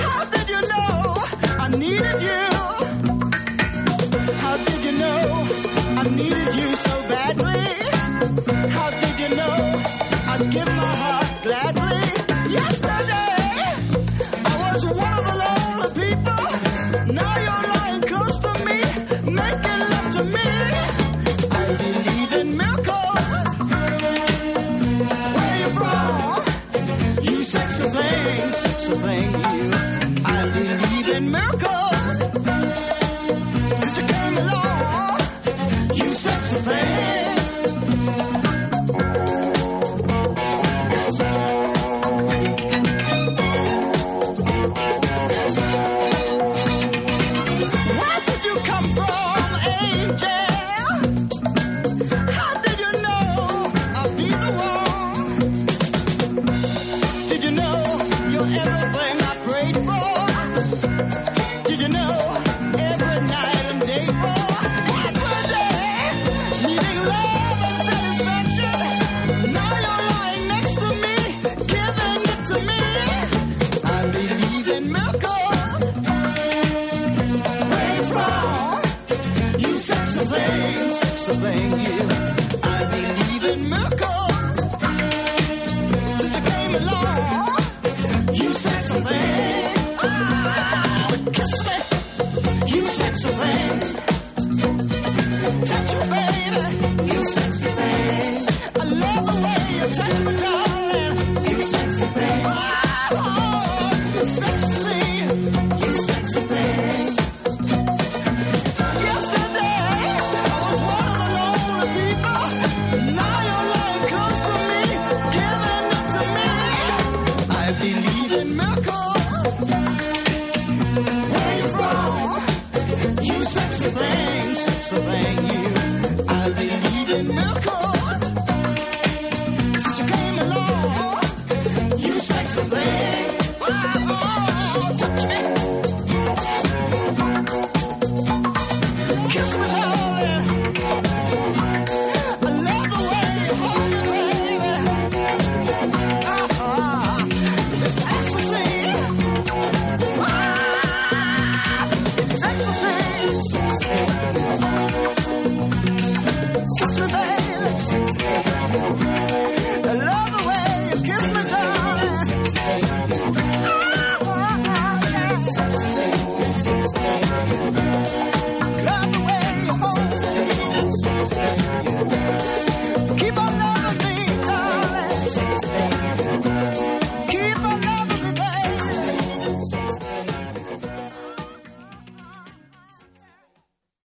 Speaker 12: How did you know I needed you? I needed you so badly. How did you know? I'd give my heart gladly. Yesterday, I was one of the lonely people. Now you're lying close to me, making love to me. I believe in miracles. Where you from? You sexy thing, sexy thing, you. I believe in miracles. Since you came along, you sexy thing. Where did you come from, angel? How did you know I'd be the one? Did you know you're everything I prayed for? Did you know every night and day for? Every day, needing love and satisfaction. Now you're lying next to me, giving it to me. I believe in miracles. Where you from? You sexy thing, sexy thing, you. I believe in miracles. Since you came along, you sexy thing. Ah, kiss me. You sexy thing. Touch me, baby. You sexy thing. I love the way you touch me, darling. You sexy thing. Ah, oh, you sexy. You sexy thing. Yesterday, I was one of the lonely people. Now you're lying close to me, giving it to me. I believe in miracles. Where you from? You sexy thing, sexy thing, you. I believe in miracles. Since you came along, you sexy thing. Oh, oh, touch me. Kiss me, darling. Uh-huh. Ah,